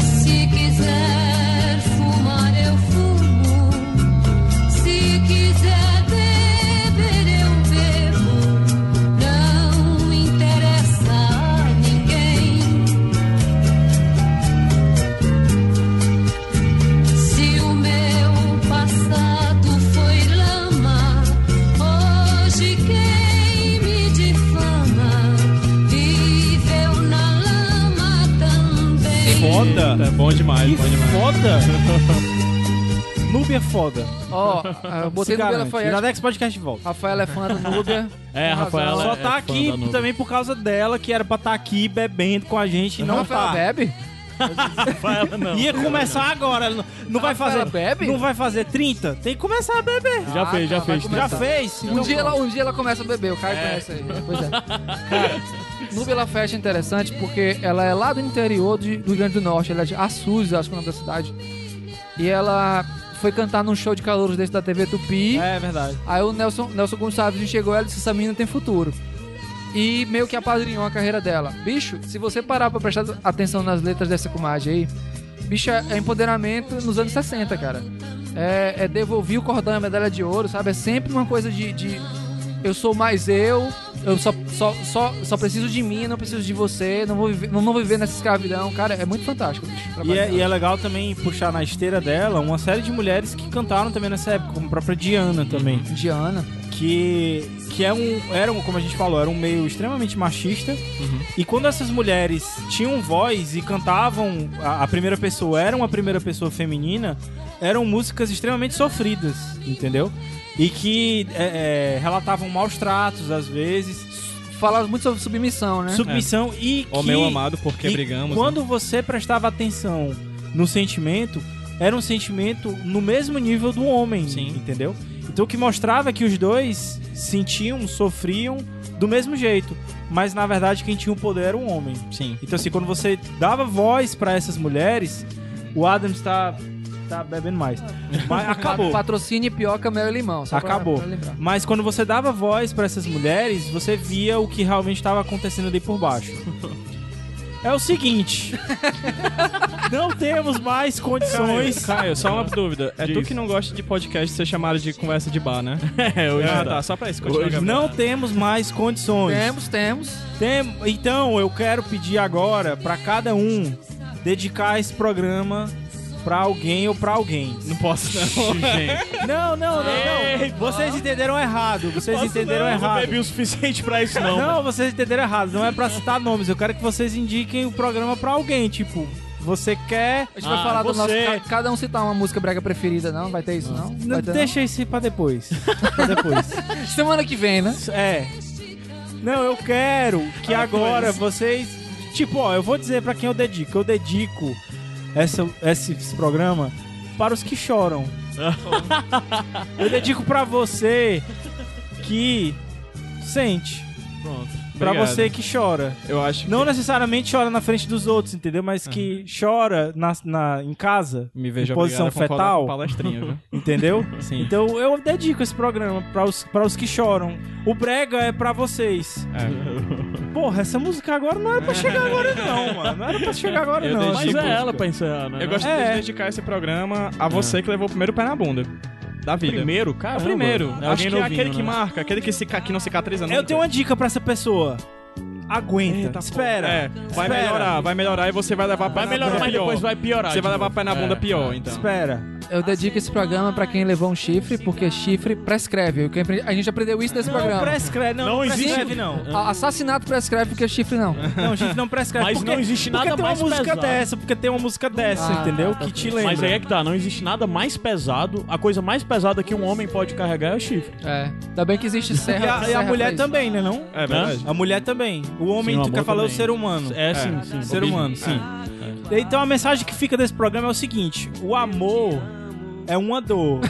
[SPEAKER 10] Se quiser fumar, eu fumo. Se quiser beber, eu bebo. Não interessa a ninguém. Se o meu passado foi lama, hoje quem me difama viveu na lama também.
[SPEAKER 2] Foda.
[SPEAKER 5] Tá bom demais, bom demais.
[SPEAKER 2] Foda. Núbia é foda.
[SPEAKER 4] ó. Ó, eu botei
[SPEAKER 2] Se
[SPEAKER 4] no Bela
[SPEAKER 2] garante.
[SPEAKER 4] Fayette.
[SPEAKER 2] Iradex Podcast volta.
[SPEAKER 4] Rafael é fã do Núbia.
[SPEAKER 3] É, Rafael.
[SPEAKER 2] Só
[SPEAKER 3] é
[SPEAKER 2] tá
[SPEAKER 3] fã
[SPEAKER 2] aqui
[SPEAKER 3] da Nubia.
[SPEAKER 2] também por causa dela, que era pra estar aqui bebendo tá com a gente e não
[SPEAKER 4] Rafael
[SPEAKER 2] tá.
[SPEAKER 4] bebe?
[SPEAKER 3] Vai ela não.
[SPEAKER 2] Ia começar agora. ela Não, não vai fazer.
[SPEAKER 4] ela bebe?
[SPEAKER 2] Não vai fazer 30? Tem que começar a beber.
[SPEAKER 3] Já
[SPEAKER 4] Ah,
[SPEAKER 3] fez, já fez.
[SPEAKER 2] Já fez?
[SPEAKER 4] então Um dia, ela, um dia ela começa a beber, o Caio conhece aí. né? Pois é. Cara, Nubia La Festa é interessante porque ela é lá do interior de- do Rio Grande do Norte, ela é de Assis, acho que é o nome da cidade. E ela foi cantar num show de calouros desse da TV Tupi.
[SPEAKER 2] É verdade.
[SPEAKER 4] Aí o Nelson, Nelson Gonçalves enxergou ela e disse: Essa menina tem futuro. E meio que apadrinhou a carreira dela. Bicho, se você parar pra prestar atenção nas letras dessa comadre aí, bicho, é empoderamento nos anos 60, cara. É, é devolver o cordão e a medalha de ouro, sabe? É sempre uma coisa de. de eu sou mais eu, eu só, só, só, só preciso de mim, não preciso de você, não vou viver, não vou viver nessa escravidão. Cara, é muito fantástico, bicho. o
[SPEAKER 2] E
[SPEAKER 4] trabalho
[SPEAKER 2] é,
[SPEAKER 4] dela.
[SPEAKER 2] e é legal também puxar na esteira dela uma série de mulheres que cantaram também nessa época, como a própria Diana também.
[SPEAKER 4] Diana.
[SPEAKER 2] que, que é um, era um, como a gente falou, era um meio extremamente machista.
[SPEAKER 5] Uhum.
[SPEAKER 2] E quando essas mulheres tinham voz e cantavam, a, a primeira pessoa era uma primeira pessoa feminina, eram músicas extremamente sofridas, entendeu? E que é, é, relatavam maus tratos às vezes,
[SPEAKER 4] Fala muito sobre submissão, né?
[SPEAKER 2] submissão e que
[SPEAKER 5] É. Ó, meu amado, porque
[SPEAKER 2] e
[SPEAKER 5] brigamos. né?
[SPEAKER 2] Quando você prestava atenção no sentimento, era um sentimento no mesmo nível do homem,
[SPEAKER 5] Sim.
[SPEAKER 2] entendeu? Então o que mostrava é que os dois sentiam, sofriam do mesmo jeito, mas na verdade quem tinha o poder era o homem.
[SPEAKER 5] né? Sim.
[SPEAKER 2] Então assim, quando você dava voz pra essas mulheres, o Adam está tá bebendo mais. Mas acabou.
[SPEAKER 4] Patrocine pioca, mel e limão. só pra-
[SPEAKER 2] Acabou.
[SPEAKER 4] pra lembrar.
[SPEAKER 2] Mas quando você dava voz pra essas mulheres, você via o que realmente estava acontecendo ali por baixo. É o seguinte. não temos mais condições.
[SPEAKER 5] Caio, só uma dúvida. É tu
[SPEAKER 3] Diz.
[SPEAKER 5] que não gosta de podcast ser chamado de conversa de bar, né?
[SPEAKER 3] É, hoje
[SPEAKER 5] ah,
[SPEAKER 3] tá.
[SPEAKER 5] tá. Só pra isso. continua, Gabriel.
[SPEAKER 2] Não temos mais condições.
[SPEAKER 4] Temos, temos.
[SPEAKER 2] Tem- Então eu quero pedir agora pra cada um dedicar esse programa pra alguém ou pra alguém.
[SPEAKER 5] Não posso, não.
[SPEAKER 2] Não, não, não, não. Vocês entenderam errado. Vocês
[SPEAKER 3] Posso
[SPEAKER 2] entenderam
[SPEAKER 3] não, eu Não
[SPEAKER 2] errado.
[SPEAKER 3] bebi o suficiente pra isso, não.
[SPEAKER 2] Não, vocês entenderam errado. Não é pra citar nomes. Eu quero que vocês indiquem o programa pra alguém. Tipo, você quer.
[SPEAKER 4] A gente vai
[SPEAKER 3] Ah,
[SPEAKER 4] falar do nosso.
[SPEAKER 3] você.
[SPEAKER 4] ca- Cada um citar uma música brega preferida, não? Vai ter isso, não?
[SPEAKER 2] Não,
[SPEAKER 4] Vai ter,
[SPEAKER 2] deixa isso pra depois. pra depois.
[SPEAKER 4] não? Semana que vem, né?
[SPEAKER 2] É. Não, eu quero que agora vocês. Tipo, ó, eu vou dizer pra quem eu dedico. Eu dedico essa, esse, esse programa para os que choram. eu dedico pra você que sente.
[SPEAKER 5] Pronto.
[SPEAKER 2] Pra
[SPEAKER 5] Obrigado.
[SPEAKER 2] você que chora.
[SPEAKER 5] Eu acho que
[SPEAKER 2] Não necessariamente chora na frente dos outros, entendeu? Mas
[SPEAKER 3] Uhum.
[SPEAKER 2] que chora na, na- em casa,
[SPEAKER 5] me vejo
[SPEAKER 2] em posição
[SPEAKER 5] obrigado a concordar
[SPEAKER 2] fetal.
[SPEAKER 5] com palestrinha, viu?
[SPEAKER 2] entendeu?
[SPEAKER 5] Sim.
[SPEAKER 2] Então eu dedico esse programa pra os, pra os que choram. O brega é pra vocês.
[SPEAKER 5] É.
[SPEAKER 2] Porra, essa música agora não era pra chegar agora não, mano. Não era pra chegar agora
[SPEAKER 5] Eu
[SPEAKER 2] não.
[SPEAKER 5] dedico-
[SPEAKER 3] Mas
[SPEAKER 5] Chico,
[SPEAKER 3] é ela pra encerrar, né?
[SPEAKER 5] Eu gostaria de dedicar esse programa a você que levou o primeiro pé na bunda. Da vida.
[SPEAKER 3] Primeiro, cara.
[SPEAKER 5] É o primeiro.
[SPEAKER 3] É
[SPEAKER 5] Acho
[SPEAKER 3] alguém
[SPEAKER 5] que é
[SPEAKER 3] novinho,
[SPEAKER 5] aquele que
[SPEAKER 3] né?
[SPEAKER 5] marca, aquele que, cica- que não cicatriza nunca.
[SPEAKER 2] Eu tenho uma dica pra essa pessoa. Aguenta,
[SPEAKER 5] Eita,
[SPEAKER 2] espera.
[SPEAKER 5] É, vai
[SPEAKER 2] Espera.
[SPEAKER 5] melhorar, vai melhorar e você vai levar pé
[SPEAKER 3] Vai
[SPEAKER 5] na
[SPEAKER 3] melhorar,
[SPEAKER 5] bunda
[SPEAKER 3] mas
[SPEAKER 5] pior.
[SPEAKER 3] depois vai piorar.
[SPEAKER 5] Você vai
[SPEAKER 3] de
[SPEAKER 5] levar
[SPEAKER 3] novo.
[SPEAKER 5] pé na bunda
[SPEAKER 3] É.
[SPEAKER 5] pior, então.
[SPEAKER 2] Espera.
[SPEAKER 4] Eu dedico esse programa pra quem levou um chifre, porque chifre prescreve. Eu que apre- A gente aprendeu isso nesse
[SPEAKER 2] Não
[SPEAKER 4] programa.
[SPEAKER 2] prescreve, não,
[SPEAKER 3] Não
[SPEAKER 2] não
[SPEAKER 3] existe-
[SPEAKER 2] prescreve não.
[SPEAKER 4] A- Assassinato prescreve porque chifre não.
[SPEAKER 2] Não, gente, não prescreve.
[SPEAKER 3] Mas
[SPEAKER 2] porque,
[SPEAKER 3] não existe nada
[SPEAKER 2] porque tem
[SPEAKER 3] mais
[SPEAKER 2] uma música
[SPEAKER 3] pesado.
[SPEAKER 2] dessa, porque tem uma música dessa,
[SPEAKER 4] Ah,
[SPEAKER 2] entendeu?
[SPEAKER 4] tá
[SPEAKER 2] que te
[SPEAKER 4] bem.
[SPEAKER 2] lembra.
[SPEAKER 3] Mas aí é que tá, não existe nada mais pesado. A coisa mais pesada que um homem pode carregar é o chifre.
[SPEAKER 4] É. Ainda bem que existe
[SPEAKER 2] E
[SPEAKER 4] serra.
[SPEAKER 2] a, e a
[SPEAKER 4] serra pra
[SPEAKER 2] mulher
[SPEAKER 4] isso.
[SPEAKER 2] também, né não?
[SPEAKER 5] É verdade.
[SPEAKER 2] A mulher também. O homem,
[SPEAKER 3] Sim, o
[SPEAKER 2] tu quer
[SPEAKER 3] amor
[SPEAKER 2] falar, é o
[SPEAKER 3] também.
[SPEAKER 2] ser humano.
[SPEAKER 3] É, sim, sim.
[SPEAKER 2] Ser humano, sim. Então a mensagem que fica desse programa é o seguinte: o amor é uma dor.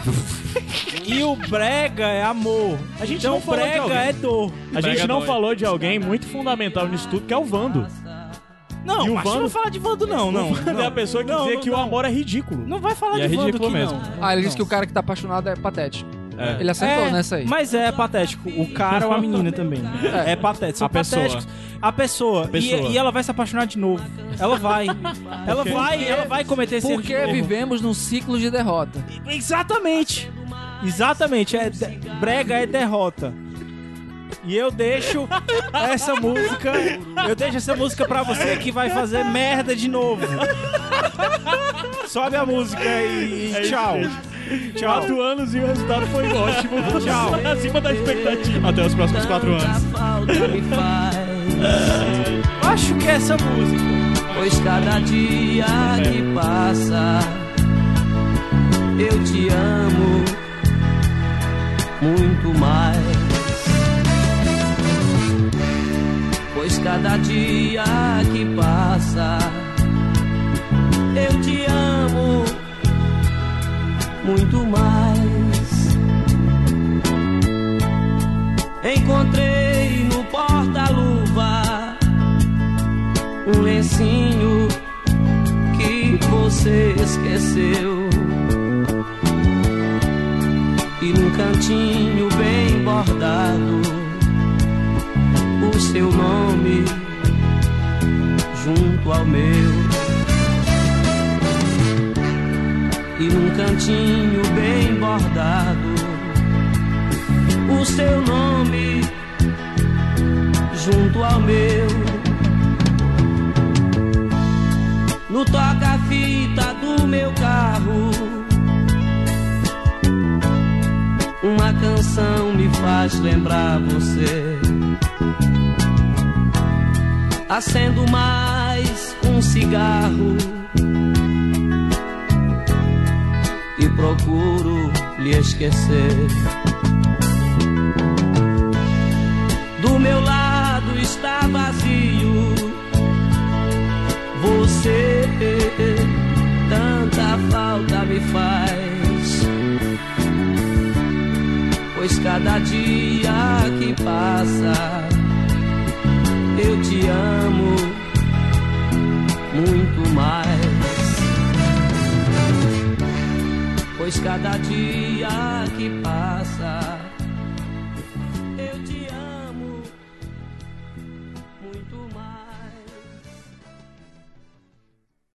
[SPEAKER 2] e o brega é amor.
[SPEAKER 3] A gente
[SPEAKER 2] então
[SPEAKER 3] não falou de
[SPEAKER 2] brega
[SPEAKER 3] alguém.
[SPEAKER 2] é dor.
[SPEAKER 3] A gente
[SPEAKER 5] Brega
[SPEAKER 3] não
[SPEAKER 5] dói.
[SPEAKER 3] falou de alguém muito fundamental nisso tudo, que é o Vando.
[SPEAKER 2] Não,
[SPEAKER 3] E o
[SPEAKER 2] mas
[SPEAKER 3] Vando?
[SPEAKER 2] não fala de Vando, não, não.
[SPEAKER 3] O Vando é a
[SPEAKER 2] Não,
[SPEAKER 3] pessoa que
[SPEAKER 2] Não,
[SPEAKER 3] dizia
[SPEAKER 2] não,
[SPEAKER 3] que o
[SPEAKER 2] não.
[SPEAKER 3] amor é ridículo.
[SPEAKER 2] Não vai falar
[SPEAKER 5] E é
[SPEAKER 2] de Vando
[SPEAKER 5] ridículo
[SPEAKER 2] aqui,
[SPEAKER 5] mesmo.
[SPEAKER 2] não.
[SPEAKER 4] Ah, ele disse que
[SPEAKER 2] Não.
[SPEAKER 4] o cara que tá apaixonado é patético.
[SPEAKER 5] É.
[SPEAKER 4] Ele acertou
[SPEAKER 2] É,
[SPEAKER 4] nessa aí.
[SPEAKER 2] Mas é patético. O cara ou a menina também. É, patético. São
[SPEAKER 5] A pessoa.
[SPEAKER 2] patéticos. A pessoa.
[SPEAKER 5] Pessoa.
[SPEAKER 2] E, e ela vai se apaixonar de novo. Ela vai. ela vai, ela vai cometer esse erro de
[SPEAKER 4] Porque
[SPEAKER 2] novo.
[SPEAKER 4] vivemos num ciclo de derrota.
[SPEAKER 2] Exatamente. Exatamente. É de- Brega é derrota. E eu deixo essa música. Eu deixo essa música pra você que vai fazer merda de novo. Sobe a música e, e tchau. Tchau.
[SPEAKER 3] É Quatro anos e o resultado foi ótimo.
[SPEAKER 2] Tchau.
[SPEAKER 3] Acima da expectativa.
[SPEAKER 5] Até os próximos quatro anos.
[SPEAKER 9] falta me faz.
[SPEAKER 2] Acho que é essa música.
[SPEAKER 9] Pois cada dia que passa eu te amo muito mais. Pois cada dia que passa um
[SPEAKER 8] esqueceu. E num cantinho bem bordado, o seu nome junto ao meu. E num cantinho bem bordado, o seu nome junto ao meu. no toca-fita do meu carro. Uma canção me faz lembrar você, acendo mais um cigarro e procuro lhe esquecer. Do meu lado está vazio você tanta falta me faz. Pois cada dia que passa, eu te amo muito mais. Pois cada dia que passa,